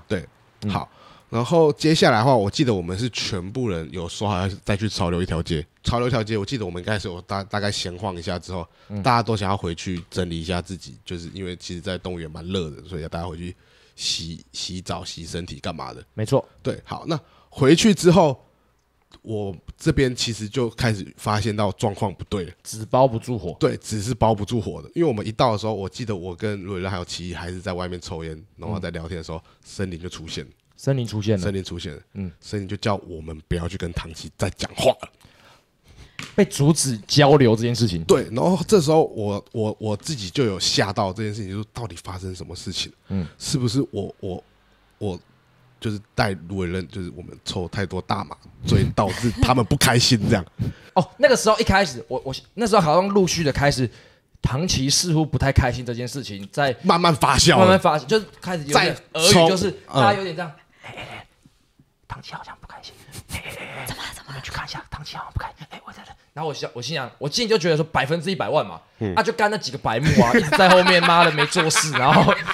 [SPEAKER 3] 好。然后接下来的话，我记得我们是全部人有说好要再去潮流一条街，潮流一条街，我记得我们应该是有大大概闲晃一下之后，
[SPEAKER 2] 嗯
[SPEAKER 3] 大家都想要回去整理一下自己，就是因为其实，在动物园蛮热的，所以要大家回去洗洗澡、洗身体干嘛的。
[SPEAKER 2] 没错，
[SPEAKER 3] 对，好，那回去之后，我这边其实就开始发现到状况不对了。
[SPEAKER 2] 纸包不住火。
[SPEAKER 3] 对，纸是包不住火的，因为我们一到的时候，我记得我跟瑞瑞还有奇艺还是在外面抽烟，然后在聊天的时候，森林就出现了，
[SPEAKER 2] 森林出现了
[SPEAKER 3] 森，林出现了，
[SPEAKER 2] 嗯嗯
[SPEAKER 3] 嗯，森林就叫我们不要去跟唐琪再讲话了。
[SPEAKER 2] 被阻止交流这件事情。
[SPEAKER 3] 对，然后这时候我我我自己就有吓到这件事情，就是到底发生什么事情？
[SPEAKER 2] 嗯
[SPEAKER 3] 嗯，是不是我我我就是带瑞瑞，就是我们抽太多大麻，所以导致他们不开心这样？
[SPEAKER 2] 哦，那个时候一开始，我我那时候好像陆续的开始，唐琪似乎不太开心这件事情，在
[SPEAKER 3] 慢慢发酵了，
[SPEAKER 2] 慢慢发现，就是开始有点
[SPEAKER 3] 在
[SPEAKER 2] 耳语，
[SPEAKER 3] 从
[SPEAKER 2] 就是
[SPEAKER 3] 嗯
[SPEAKER 2] 大家有点这样。
[SPEAKER 5] 唐琪好像不开心。怎么怎么？你们去看一下，唐琪好像不开心。哎，我在这。
[SPEAKER 2] 然后我心我心想，我心里就觉得说百分之一百万嘛，啊就干那几个白目啊，一直在后面妈的没做事，然后在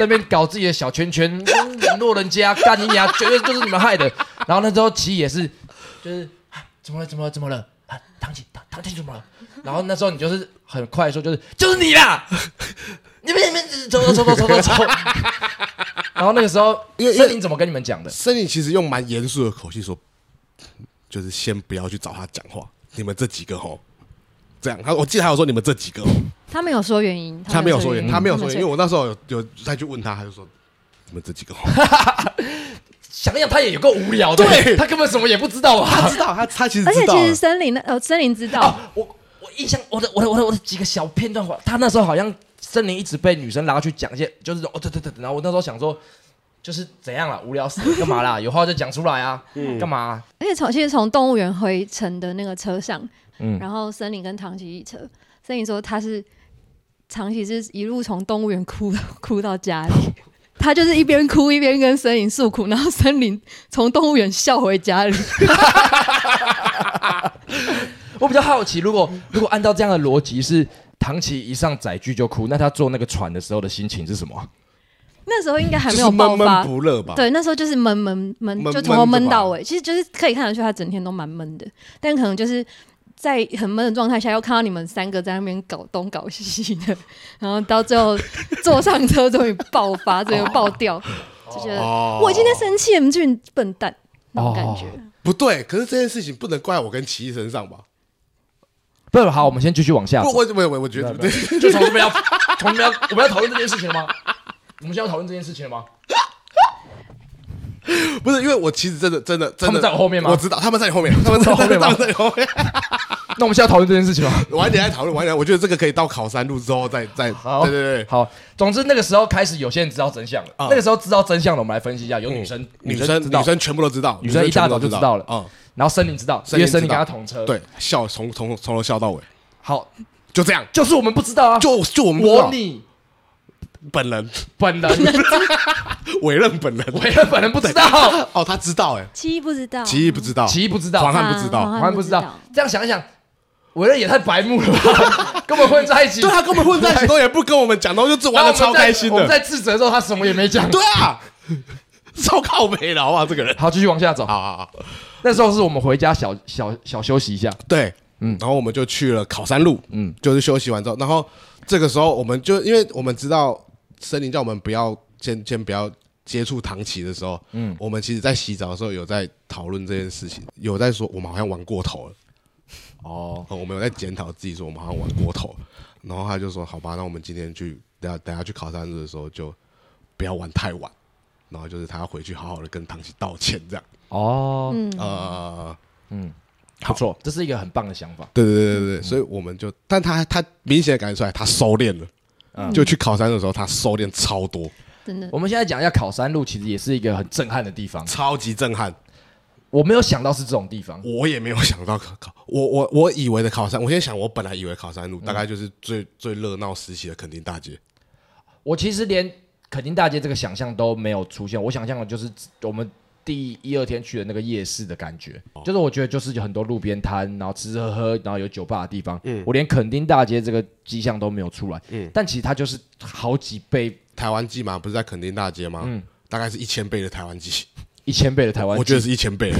[SPEAKER 2] 那边搞自己的小圈圈，嗯冷落人家，干你娘，绝对就是你们害的。然后那时候琪也是，就是、啊、怎么了怎么了怎么了啊，唐琪唐唐琪怎么了？然后那时候你就是很快地说，就是就是你啦， 你们你们走走走走走走 走。然后那个时候，
[SPEAKER 3] 因为因为
[SPEAKER 2] 森林怎么跟你们讲的？
[SPEAKER 3] 森林其实用蛮严肃的口气说，就是先不要去找他讲话，你们这几个吼，这样。他我记得还有说你们这几个吼，
[SPEAKER 4] 他没有说原因，
[SPEAKER 3] 他没有说原因，他没有说原因，因为
[SPEAKER 4] 因，
[SPEAKER 3] 我那时候有有再去问他，他就说你们这几个吼，
[SPEAKER 2] 想想他也有够无聊的，
[SPEAKER 3] 对
[SPEAKER 2] 他根本什么也不知道啊。
[SPEAKER 3] 知道他他其实
[SPEAKER 4] 而且
[SPEAKER 3] 知道
[SPEAKER 4] 其
[SPEAKER 3] 了
[SPEAKER 4] 实森林那呃森林知道
[SPEAKER 2] 哦，，我我印象我的我的我的我的几个小片段，他那时候好像森林一直被女生拉去讲一些，就是哦对对对，然后我那时候想说。就是怎样啦，无聊死了干嘛啦？有话就讲出来啊，
[SPEAKER 3] 嗯
[SPEAKER 2] 干嘛啊、
[SPEAKER 4] 而且从其实从动物园回程的那个车上，
[SPEAKER 2] 嗯
[SPEAKER 4] 然后森林跟唐琪一车，森林说他是唐琪是一路从动物园哭 到哭到家里，
[SPEAKER 3] 哦
[SPEAKER 4] 他就是一边哭一边跟森林诉苦，然后森林从动物园笑回家里，
[SPEAKER 2] 我比较好奇，如果如果按照这样的逻辑是唐琪一上载具就哭，那他坐那个船的时候的心情是什么？
[SPEAKER 4] 那时候应该还
[SPEAKER 3] 就
[SPEAKER 4] 没
[SPEAKER 3] 是
[SPEAKER 4] 有爆
[SPEAKER 3] 闷
[SPEAKER 4] 发
[SPEAKER 3] 闷。不乐吧？
[SPEAKER 4] 对，那时候就是闷闷闷，
[SPEAKER 3] 闷
[SPEAKER 4] 就从头
[SPEAKER 3] 闷着
[SPEAKER 4] 闷到
[SPEAKER 3] 吧
[SPEAKER 4] 尾，其实就是可以看得出他整天都蛮闷的，但可能就是在很闷的状态下，又看到你们三个在那边搞东搞西的， 然后到最后坐上车终于爆发，最后爆 掉，就觉得、
[SPEAKER 3] 哦
[SPEAKER 4] 我今天生气了，你们这群笨蛋那种感觉。
[SPEAKER 3] 不对，可是这件事情不能怪我跟奇艺身上吧？
[SPEAKER 2] 不，好，我们先继续往下
[SPEAKER 3] 不，
[SPEAKER 2] 走。
[SPEAKER 3] 我我我我觉得对，
[SPEAKER 2] 就从这边要， 从这边要，我们要讨论这件事情了吗？我们现在要讨论这件事情了吗？
[SPEAKER 3] 不是因为我其实真的真的真的
[SPEAKER 2] 他们在我后面吗
[SPEAKER 3] 我知道他们在你后面，他们在
[SPEAKER 2] 他们在我后面吗
[SPEAKER 3] 他们在你后面。
[SPEAKER 2] 那我们现在要讨论这件事情吗？
[SPEAKER 3] 晚一点再讨论，晚一点，我觉得这个可以到考山路之后再再，
[SPEAKER 2] 好，
[SPEAKER 3] 对对对，
[SPEAKER 2] 好。总之那个时候开始，有些人知道真相了。
[SPEAKER 3] 啊
[SPEAKER 2] 那个时候知道真相了，我们来分析一下，有女生，
[SPEAKER 3] 女
[SPEAKER 2] 生
[SPEAKER 3] 生
[SPEAKER 2] 知道
[SPEAKER 3] 女，生全部都知道，
[SPEAKER 2] 女生一大早就知道了
[SPEAKER 3] 啊。嗯
[SPEAKER 2] 然后森林知道，因
[SPEAKER 3] 森
[SPEAKER 2] 为
[SPEAKER 3] 林知道
[SPEAKER 2] 森林跟他同车。，
[SPEAKER 3] 对，笑从从从头笑到尾，
[SPEAKER 2] 好，
[SPEAKER 3] 就这样，
[SPEAKER 2] 就是我们不知道啊，
[SPEAKER 3] 就就我们
[SPEAKER 2] 我你
[SPEAKER 3] 本人
[SPEAKER 2] 本人，
[SPEAKER 3] 委任本人，
[SPEAKER 2] 我也本人不知道，
[SPEAKER 3] 哦，他知道哎，
[SPEAKER 4] 七不知道，
[SPEAKER 3] 奇异不知道，
[SPEAKER 2] 奇异不知道，
[SPEAKER 3] 黄
[SPEAKER 2] 我
[SPEAKER 3] 汉不知道，
[SPEAKER 4] 啊
[SPEAKER 2] 哦还不知道。这样想一想，伟人也太白目了吧， 根本混在一起。
[SPEAKER 3] 对他跟我们混 在一起都也不跟我们讲，然后就
[SPEAKER 2] 然后
[SPEAKER 3] 玩的
[SPEAKER 2] 我们在
[SPEAKER 3] 超开心
[SPEAKER 2] 我们
[SPEAKER 3] 的，
[SPEAKER 2] 在自责的时候，他什么也没讲。
[SPEAKER 3] 对啊， 超靠北的好不好？这个人，
[SPEAKER 2] 好，继续往下走。
[SPEAKER 3] 好好好，
[SPEAKER 2] 那时候是我们回家小小小休息一下，
[SPEAKER 3] 对，嗯，然后我们就去了考山路，嗯，就是休息完之后，然后这个时候我们就因为我们知道森林叫我们不要先先不要接触唐琪的时候，嗯，我们其实在洗澡的时候有在讨论这件事情，有在说我们好像玩过头了。
[SPEAKER 2] 哦，
[SPEAKER 3] 哦，我们有在检讨自己，说我们好像玩过头。然后他就说：“好吧，那我们今天去，等下等下去考山日的时候就不要玩太晚。”然后就是他要回去好好的跟唐琪道歉，这样。
[SPEAKER 2] 哦，
[SPEAKER 3] 呃，
[SPEAKER 2] 不错，这是一个很棒的想法。
[SPEAKER 3] 对对对对
[SPEAKER 2] 嗯
[SPEAKER 3] 对，所以我们就，
[SPEAKER 2] 嗯
[SPEAKER 3] 但他他明显地感觉出来他收敛了。就去考山的时候，他收敛超多，
[SPEAKER 4] 真的
[SPEAKER 2] 我们现在讲一下考山路，其实也是一个很震撼的地方。
[SPEAKER 3] 超级震撼。
[SPEAKER 2] 我没有想到是这种地方，
[SPEAKER 3] 我也没有想到考考，我我我以为的考山，我先想，我本来以为考山
[SPEAKER 2] 嗯
[SPEAKER 3] 路大概就是最、最热闹时期的垦丁大街，
[SPEAKER 2] 我其实连垦丁大街这个想象都没有出现。我想象的就是我们第一二天去的那个夜市的感觉，
[SPEAKER 3] 哦
[SPEAKER 2] 就是我觉得就是有很多路边摊，然后吃吃喝喝，然后有酒吧的地方。
[SPEAKER 3] 嗯
[SPEAKER 2] 我连垦丁大街这个迹象都没有出来。但其实它就是好几倍、
[SPEAKER 3] 台湾记嘛，不是在垦丁大街吗？大概是一千倍的台湾记，
[SPEAKER 2] 一千倍的嗯台湾记，
[SPEAKER 3] 我觉得是一千倍，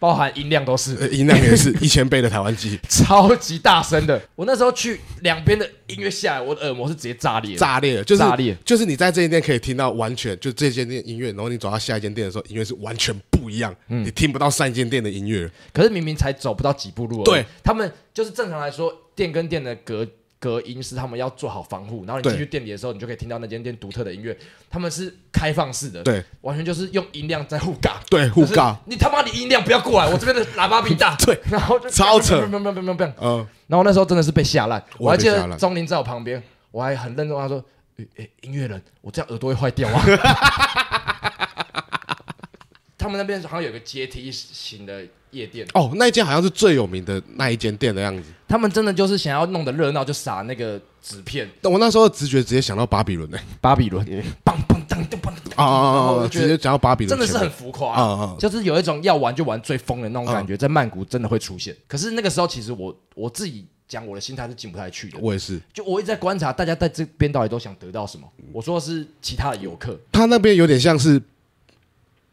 [SPEAKER 2] 包含音量都是。
[SPEAKER 3] 呃音量 也是一千倍的台湾记，
[SPEAKER 2] 超级大声的。我那时候去两边的音乐下来，我的耳膜是直接炸裂的。
[SPEAKER 3] 炸裂了，就是
[SPEAKER 2] 炸裂
[SPEAKER 3] 就是你在这一店可以听到完全就这间店音乐，然后你走到下一间店的时候，音乐是完全不一样，
[SPEAKER 2] 嗯
[SPEAKER 3] 你听不到上一间店的音乐，
[SPEAKER 2] 可是明明才走不到几步路而已，
[SPEAKER 3] 对
[SPEAKER 2] 他们就是正常来说，店跟店的隔隔音是他们要做好防护，然后你
[SPEAKER 3] 对
[SPEAKER 2] 进去店里的时候，你就可以听到那间店独特的音乐。他们是开放式的，
[SPEAKER 3] 对，
[SPEAKER 2] 完全就是用音量在互尬，
[SPEAKER 3] 对互
[SPEAKER 2] 就是
[SPEAKER 3] 尬
[SPEAKER 2] 你他妈你音量不要过来，我这边的喇叭比你大，
[SPEAKER 3] 对，
[SPEAKER 2] 然后就
[SPEAKER 3] 超扯
[SPEAKER 2] 砰砰砰砰砰砰砰
[SPEAKER 3] 呃，
[SPEAKER 2] 然后那时候真的是被吓烂，
[SPEAKER 3] 我
[SPEAKER 2] 我还
[SPEAKER 3] 也被
[SPEAKER 2] 记
[SPEAKER 3] 吓烂
[SPEAKER 2] 得钟林在我旁边，我还很认真跟他说：“诶、诶音乐人，我这样耳朵会坏掉啊。”他们那边好像有个阶梯型的夜店，
[SPEAKER 3] 哦，那一间好像是最有名的那一间店的样子。
[SPEAKER 2] 他们真的就是想要弄得热闹，就撒那个纸片，
[SPEAKER 3] 但我那时候的直觉直接想到巴 比伦呢、欸
[SPEAKER 2] 巴比伦，棒棒当当当，
[SPEAKER 3] 啊啊
[SPEAKER 2] 然
[SPEAKER 3] 啊
[SPEAKER 2] 后
[SPEAKER 3] 啊
[SPEAKER 2] 哦我
[SPEAKER 3] 啊！
[SPEAKER 2] 就
[SPEAKER 3] 直
[SPEAKER 2] 觉得
[SPEAKER 3] 接讲到巴比
[SPEAKER 2] 真
[SPEAKER 3] 伦
[SPEAKER 2] 的
[SPEAKER 3] 前面，
[SPEAKER 2] 是很浮夸、
[SPEAKER 3] 啊啊
[SPEAKER 2] 就是有一种要玩就玩最疯的那种感觉，在曼谷真的会出现。可是那个时候，其实我我自己讲我的心态是进不太去的，
[SPEAKER 3] 我也是。
[SPEAKER 2] 就我一直在观察大家在这边到底都想得到什么。我说的是其他的游客，
[SPEAKER 3] 它那边有点像是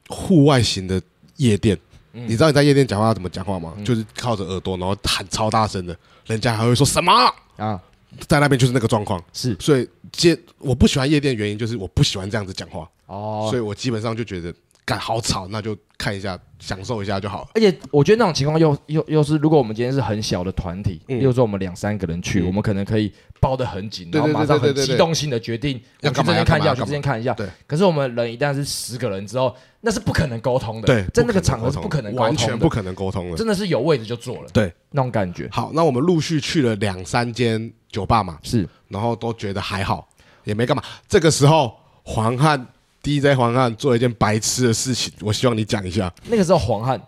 [SPEAKER 3] 户外型的夜店，
[SPEAKER 2] 嗯
[SPEAKER 3] 你知道你在夜店讲话要怎么讲话吗？就是靠着耳朵，然后喊超大声的，人家还会说什么？
[SPEAKER 2] 啊，
[SPEAKER 3] 在那边就是那个状况。
[SPEAKER 2] 是
[SPEAKER 3] 所以街我不喜欢夜店，原因就是我不喜欢这样子讲话，
[SPEAKER 2] 哦。
[SPEAKER 3] 所以我基本上就觉得干好吵，那就看一下，享受一下就好了。
[SPEAKER 2] 而且我觉得那种情况又又又是，如果我们今天是很小的团体，
[SPEAKER 3] 嗯
[SPEAKER 2] 例如说我们两三个人去，我们可能可以包得很紧，
[SPEAKER 3] 对
[SPEAKER 2] 然后
[SPEAKER 3] 对
[SPEAKER 2] 马上很
[SPEAKER 3] 对对对对
[SPEAKER 2] 激动性的决定我
[SPEAKER 3] 要
[SPEAKER 2] 去
[SPEAKER 3] 干嘛
[SPEAKER 2] 这边看一下，
[SPEAKER 3] 要
[SPEAKER 2] 我
[SPEAKER 3] 干嘛
[SPEAKER 2] 去这边看一下。
[SPEAKER 3] 对。
[SPEAKER 2] 可是我们人一旦是十个人之后，那是不可能沟通的。
[SPEAKER 3] 对，
[SPEAKER 2] 在那个场合是不可能沟通的
[SPEAKER 3] 完全不可能沟通的。
[SPEAKER 2] 真的是有位置就坐了。
[SPEAKER 3] 对，
[SPEAKER 2] 那种感觉
[SPEAKER 3] 好，那我们陆续去了两三间酒吧嘛，
[SPEAKER 2] 是
[SPEAKER 3] 然后都觉得还好，也没干嘛。这个时候，黄汉 DJ 黄汉做了一件白痴的事情，我希望你讲一下。
[SPEAKER 2] 那个时候黄汉，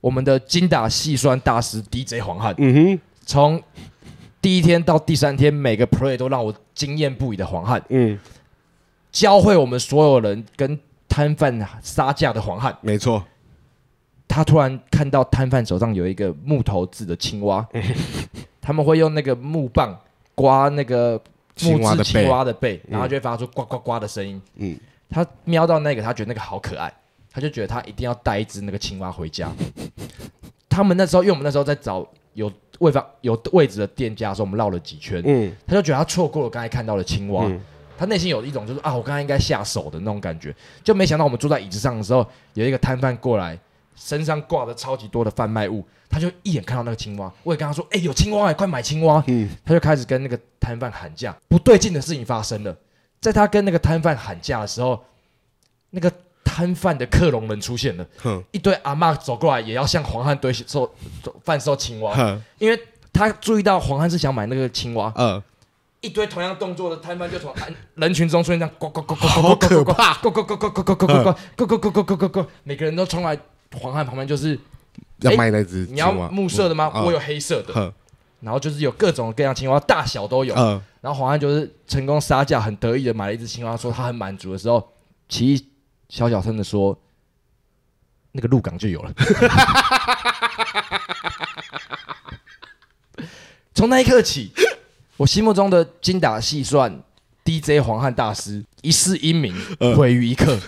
[SPEAKER 2] 我们的精打细算大师 DJ 黄汉，
[SPEAKER 3] 嗯哼，
[SPEAKER 2] 从第一天到第三天，每个 play 都让我惊艳不已的黄汉，
[SPEAKER 3] 嗯，
[SPEAKER 2] 教会我们所有人跟摊贩杀价的黄汉。
[SPEAKER 3] 没错，
[SPEAKER 2] 他突然看到摊贩手上有一个木头制的青 蛙，他们会用那个木棒刮那个木
[SPEAKER 3] 青蛙
[SPEAKER 2] 质
[SPEAKER 3] 的背
[SPEAKER 2] 青蛙的背，嗯然后就会发出呱呱呱的声音。
[SPEAKER 3] 嗯
[SPEAKER 2] 他瞄到那个，他觉得那个好可爱，他就觉得他一定要带一只那个青蛙回家。他们那时候，因为我们那时候在找有位方有位置的店家的时候，我们绕了几圈，
[SPEAKER 3] 嗯，
[SPEAKER 2] 他就觉得他错过了刚才看到的青蛙，
[SPEAKER 3] 嗯
[SPEAKER 2] 他内心有一种就是啊，我刚才应该下手的那种感觉，就没想到我们坐在椅子上的时候，有一个摊贩过来，身上挂着超级多的贩卖物，他就一眼看到那个青蛙，我也跟他说，哎、有青蛙、欸，快买青蛙，
[SPEAKER 3] 嗯
[SPEAKER 2] 他就开始跟那个摊贩喊价，不对劲的事情发生了，在他跟那个摊贩喊价的时候，那个摊贩的克隆人出现了，
[SPEAKER 3] 哼
[SPEAKER 2] 一堆阿嬷走过来，也要向黄汉堆售贩售青蛙，
[SPEAKER 3] 哼，
[SPEAKER 2] 因为他注意到黄汉是想买那个青蛙，
[SPEAKER 3] 呃，
[SPEAKER 2] 一堆同样动作的摊贩就从人群中出现，这样呱呱呱呱
[SPEAKER 3] 好
[SPEAKER 2] 呱呱
[SPEAKER 3] 可
[SPEAKER 2] 呱呱
[SPEAKER 3] 怕
[SPEAKER 2] 呱呱呱呱呱呱呱呱呱呱呱呱呱呱呱，每个人都冲来黄汉旁边，就是
[SPEAKER 3] 要卖那只
[SPEAKER 2] 你
[SPEAKER 3] 青
[SPEAKER 2] 要
[SPEAKER 3] 蛙，
[SPEAKER 2] 木色的吗？
[SPEAKER 3] 嗯
[SPEAKER 2] 我有，黑色的，
[SPEAKER 3] 哼，
[SPEAKER 2] 然后就是有各种各样青蛙，大小都有。
[SPEAKER 3] 呃，
[SPEAKER 2] 然后黄汉就是成功杀价，很得意的买了一只青蛙，说他很满足的时候，奇艺小小声的说：“那个鹿港就有了。”从那一刻起，我心目中的精打细算 DJ 黄汉大师一世英名毁于一刻，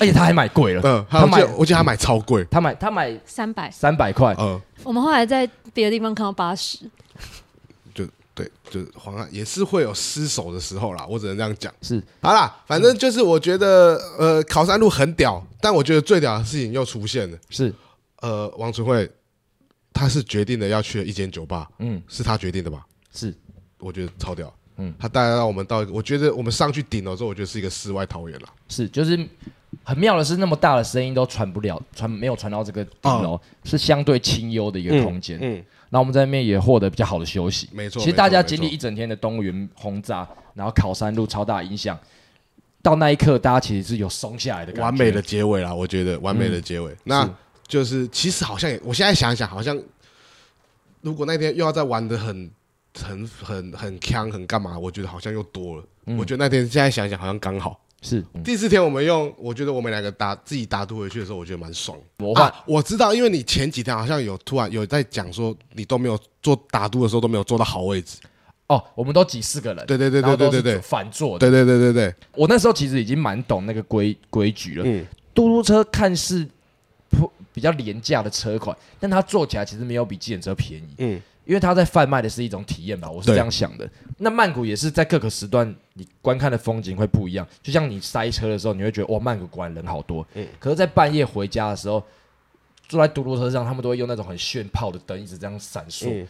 [SPEAKER 2] 而且他还买贵了，
[SPEAKER 3] 嗯，
[SPEAKER 2] 他
[SPEAKER 3] 他
[SPEAKER 2] 买
[SPEAKER 3] 买，我记得他买超贵，
[SPEAKER 2] 他买他买
[SPEAKER 4] 三百。
[SPEAKER 2] 三百块，
[SPEAKER 3] 呃，
[SPEAKER 4] 我们后来在别的地方看到八十，
[SPEAKER 3] 就对，就是黄汉也是会有失手的时候啦，我只能这样讲。
[SPEAKER 2] 是
[SPEAKER 3] 好
[SPEAKER 2] 嗯
[SPEAKER 3] 啦，反正就是我觉得，呃，考山路很屌，但我觉得最屌的事情又出现了。
[SPEAKER 2] 是，
[SPEAKER 3] 呃，王纯慧，他是决定了要去的一间酒吧，
[SPEAKER 2] 嗯
[SPEAKER 3] 是他决定的吧？
[SPEAKER 2] 是，
[SPEAKER 3] 我觉得超屌。
[SPEAKER 2] 嗯
[SPEAKER 3] 他带到我们到一个，我觉得我们上去顶楼之后，我觉得是一个世外桃源了。
[SPEAKER 2] 是，就是很妙的是，那么大的声音都传不了，传没有传到这个顶楼，是相对清幽的一个空间。
[SPEAKER 3] 哦嗯，
[SPEAKER 2] 那、我们在那边也获得比较好的休息。
[SPEAKER 3] 没错
[SPEAKER 2] 其实大家
[SPEAKER 3] 没错
[SPEAKER 2] 经历一整天的动物园轰炸，然后考山路超大影响，到那一刻，大家其实是有松下来的感觉
[SPEAKER 3] 完美的。结尾啦，我觉得完美的结尾。嗯那
[SPEAKER 2] 是
[SPEAKER 3] 就是其实好像也，我现在想一想，好像如果那天又要再玩的很很很很强很干嘛，我觉得好像又多了。
[SPEAKER 2] 嗯
[SPEAKER 3] 我觉得那天现在想一想好像刚好。
[SPEAKER 2] 是嗯
[SPEAKER 3] 第四天我们用，我觉得我们两个打自己打赌回去的时候，我觉得蛮爽的。
[SPEAKER 2] 魔幻
[SPEAKER 3] 啊，我知道，因为你前几天好像有突然有在讲说，你都没有做打赌的时候都没有坐到好位置。
[SPEAKER 2] 哦，我们都挤四个人，
[SPEAKER 3] 对对对
[SPEAKER 2] 然后
[SPEAKER 3] 对对
[SPEAKER 2] 都是
[SPEAKER 3] 对对
[SPEAKER 2] 反坐的。
[SPEAKER 3] 对对对对对，
[SPEAKER 2] 我那时候其实已经蛮懂那个规规矩了。
[SPEAKER 3] 嗯，
[SPEAKER 2] 嘟嘟车看似普比较廉价的车款，但它坐起来其实没有比计程车便宜。
[SPEAKER 3] 嗯
[SPEAKER 2] 嗯，因为它在贩卖的是一种体验吧，我是
[SPEAKER 3] 对
[SPEAKER 2] 这样想的。那曼谷也是在各个时段，你观看的风景会不一样。就像你塞车的时候，你会觉得哇，哦曼谷果然人好多。嗯，可是，在半夜回家的时候，坐在嘟嘟车上，他们都会用那种很炫炮的灯一直这样闪烁，
[SPEAKER 3] 嗯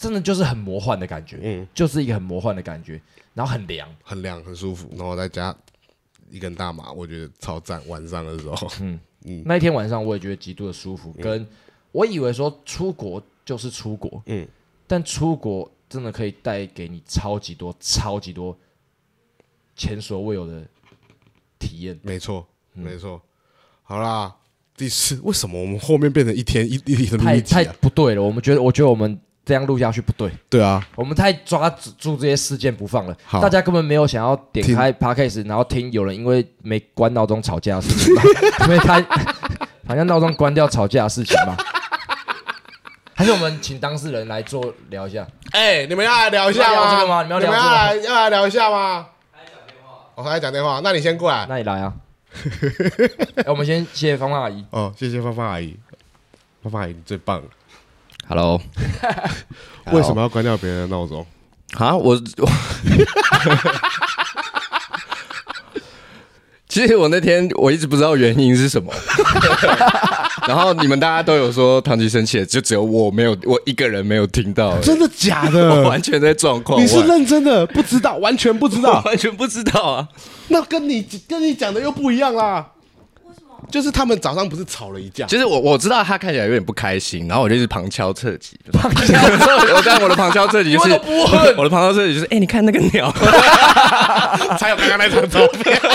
[SPEAKER 2] 真的就是很魔幻的感觉。
[SPEAKER 3] 嗯
[SPEAKER 2] 嗯，就是一个很魔幻的感觉，然后很凉。
[SPEAKER 3] 很凉很舒服，然后再加一根大麻，我觉得超赞。晚上的时候，
[SPEAKER 2] 那一天晚上我也觉得极度的舒服，跟我以为说出国就是出国，
[SPEAKER 3] 嗯
[SPEAKER 2] 嗯，但出国真的可以带给你超级多、超级多前所未有的体验。
[SPEAKER 3] 没错没错。好啦，第四，为什么我们后面变成一天一一天录
[SPEAKER 2] 太
[SPEAKER 3] 一集
[SPEAKER 2] 太
[SPEAKER 3] 啊？
[SPEAKER 2] 不对了，我们觉得，我觉得我们这样录下去不对，
[SPEAKER 3] 对啊，
[SPEAKER 2] 我们太抓住这些事件不放了。
[SPEAKER 3] 好
[SPEAKER 2] 大家根本没有想要点
[SPEAKER 3] 听
[SPEAKER 2] 开 podcast，然后听有人因为没关闹钟吵架的事情吧， 因为他好像闹钟关掉吵架的事情吧。 还是我们请当事人来做聊一下。
[SPEAKER 6] 啊
[SPEAKER 3] 哎，你们要来聊一下
[SPEAKER 2] 你们要聊这
[SPEAKER 3] 吗？
[SPEAKER 2] 个吗你
[SPEAKER 3] 你
[SPEAKER 2] 们要聊
[SPEAKER 3] 们要
[SPEAKER 2] 这个吗
[SPEAKER 3] 来要来聊一下吗？我还在讲电话，那你先过来。
[SPEAKER 2] 那你来 啊。哎我们先谢谢芳芳阿姨。
[SPEAKER 3] 哦，谢谢芳芳阿姨，芳芳阿姨你最棒了。
[SPEAKER 6] Hello，
[SPEAKER 3] 为什么要关掉别人的闹钟？
[SPEAKER 6] 啊？我我， 其实我那天我一直不知道原因是什么， 然后你们大家都有说唐吉生气了，就只有我没有，我一个人没有听到，
[SPEAKER 3] 真的假
[SPEAKER 6] 我
[SPEAKER 3] 的
[SPEAKER 6] 完？全在状况外，
[SPEAKER 3] 你是认真的？不知道，完全不知
[SPEAKER 6] 我
[SPEAKER 3] 道。
[SPEAKER 6] 完全不知道啊。
[SPEAKER 3] 那跟你跟你讲的又不一样啦。就是他们早上不是吵了一 架，
[SPEAKER 6] 其实我我知道他看起来有点不开心，然后我就一直旁敲侧击。旁敲侧击，我但我的旁敲侧击就是 我的旁敲侧击就是，哎、你看那个鸟，
[SPEAKER 3] 才有刚刚那张照片。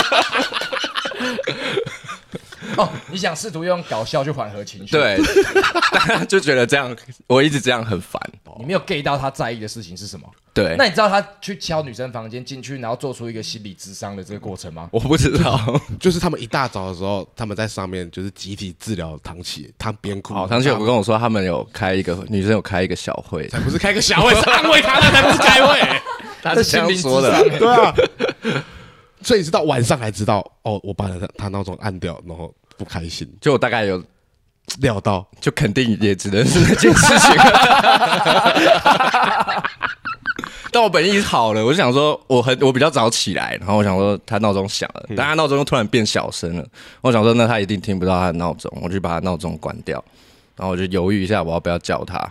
[SPEAKER 2] 哦，你想试图用搞笑去缓和情绪？，
[SPEAKER 6] 对， 大家就觉得这样，我一直这样很烦。
[SPEAKER 2] 你没有 get 到他在意的事情是什么？
[SPEAKER 6] 对，
[SPEAKER 2] 那你知道他去敲女生房间进去，然后做出一个心理智商的这个过程吗？
[SPEAKER 6] 我不知道，
[SPEAKER 3] 就是他们一大早的时候，他们在上面就是集体治疗唐琪，他边哭。
[SPEAKER 6] 哦，唐雪有跟我说，他们有开一个女生有开一个小会，
[SPEAKER 3] 才不是开个小会，是安慰他，那才不是开会。
[SPEAKER 6] 他是这样说
[SPEAKER 2] 这心
[SPEAKER 6] 的。
[SPEAKER 3] 对啊，所以直到晚上才知道，哦，我把他他闹钟按掉，然后不开心，
[SPEAKER 6] 就我大概有，
[SPEAKER 3] 料到
[SPEAKER 6] 就肯定也只能是那件事情。 但我本意好了，我就想说，我很我比较早起来，然后我想说他闹钟响了，但他闹钟又突然变小声了，我想说那他一定听不到他的闹钟，我就把他闹钟关掉，然后我就犹豫一下，我要不要叫他？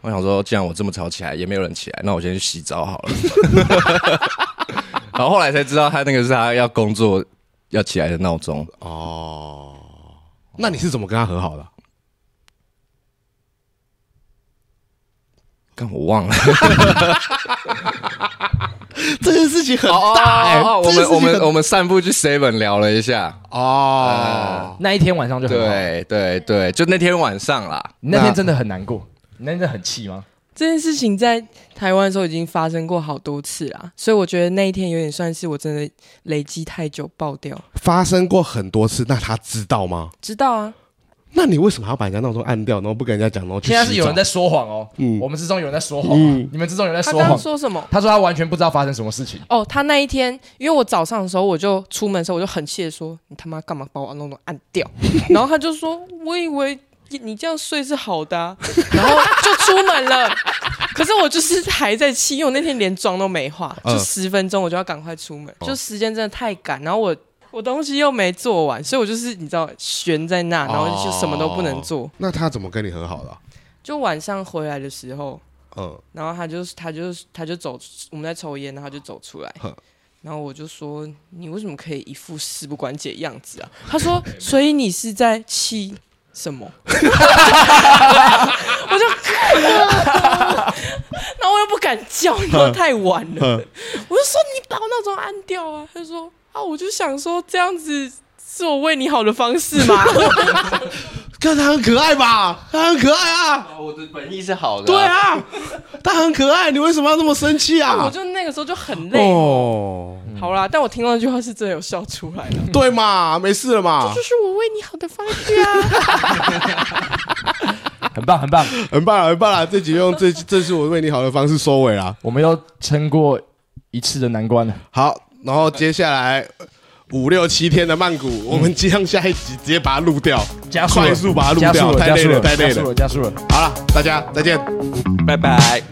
[SPEAKER 6] 我想说，既然我这么早起来，也没有人起来，那我先去洗澡好了。然后后来才知道，他那个是他要工作要起来的闹钟。
[SPEAKER 3] 哦。那你是怎么跟他和好的？
[SPEAKER 6] 但我忘了。
[SPEAKER 3] 这件事情很
[SPEAKER 6] 哦我
[SPEAKER 3] 这件
[SPEAKER 6] 们
[SPEAKER 3] 事情
[SPEAKER 6] 我们
[SPEAKER 3] 很
[SPEAKER 6] 我们散步去 Seven 聊了一下。
[SPEAKER 3] 哦，
[SPEAKER 2] 那一天晚上就很好。
[SPEAKER 6] 对对对，就那天晚上啦。
[SPEAKER 2] 你那天真的很难过，你那天真的很气吗？
[SPEAKER 7] 这件事情在台湾的时候已经发生过好多次啦，所以我觉得那一天有点算是我真的累积太久爆掉。
[SPEAKER 3] 发生过很多次，那他知道吗？
[SPEAKER 7] 知道啊，
[SPEAKER 3] 那你为什么要把人家闹钟按掉，然后不跟人家讲，然后去
[SPEAKER 2] 现在是有人在说谎哦，
[SPEAKER 3] 嗯
[SPEAKER 2] 我们之中有人在说谎哦，你们之中有人在
[SPEAKER 7] 他
[SPEAKER 2] 说
[SPEAKER 7] 刚刚
[SPEAKER 2] 谎。
[SPEAKER 7] 说什么？
[SPEAKER 2] 他说他完全不知道发生什么事情。
[SPEAKER 7] 哦，他那一天，因为我早上的时候我就出门的时候我就很气的说：“你他妈干嘛把我弄弄按掉？” 然后他就说：“我以为你这样睡是好的、啊。”然后就出门了。可是我就是还在气，因为我那天连妆都没化，就
[SPEAKER 3] 嗯
[SPEAKER 7] 十分钟我就要赶快出门，就时间真的太赶。然后我我东西又没做完，所以我就是你知道悬在那，然后
[SPEAKER 3] 哦
[SPEAKER 7] 就什么都不能做。
[SPEAKER 3] 那他怎么跟你和好的啊、
[SPEAKER 7] 就晚上回来的时候，
[SPEAKER 3] 呃
[SPEAKER 7] 然后他就他就他就走，我们在抽烟，然后他就走出来
[SPEAKER 3] 呵，
[SPEAKER 7] 然后我就说你为什么可以一副事不关己的样子啊？他说，所以你是在气什么？ 我就，然后我又不敢叫，然后太晚了，
[SPEAKER 3] 嗯
[SPEAKER 7] 我就说你把我闹钟按掉啊，他就说啊，我就想说这样子是我为你好的方式嘛，
[SPEAKER 3] 看他很可爱吧，他很可爱啊，
[SPEAKER 6] 我的本意是好的、
[SPEAKER 3] 对，啊，他很可爱，你为什么要那么生气
[SPEAKER 7] 我
[SPEAKER 3] 啊？
[SPEAKER 7] 就那个时候就很累。
[SPEAKER 3] 哦，
[SPEAKER 7] 好啦，但我听到那句话是真的有笑出来了，
[SPEAKER 3] 对嘛，没事了嘛
[SPEAKER 7] 这，是我为你好的方式啊。
[SPEAKER 2] 很棒很棒，
[SPEAKER 3] 很棒了，很棒了，这集用这这是我为你好的方式收尾啊啦。
[SPEAKER 2] 我们又撑过一次的难关了。
[SPEAKER 3] 好，然后接下来五六七天的曼谷，我们即将下一集直接把它录掉，
[SPEAKER 2] 加速了，
[SPEAKER 3] 快速把它录
[SPEAKER 2] 加速
[SPEAKER 3] 掉，
[SPEAKER 2] 了，
[SPEAKER 3] 太
[SPEAKER 2] 加
[SPEAKER 3] 累
[SPEAKER 2] 速
[SPEAKER 3] 了，
[SPEAKER 2] 了，
[SPEAKER 3] 太累
[SPEAKER 2] 加速
[SPEAKER 3] 了。
[SPEAKER 2] 了，加速了。
[SPEAKER 3] 好了，大家再见。
[SPEAKER 6] 拜拜。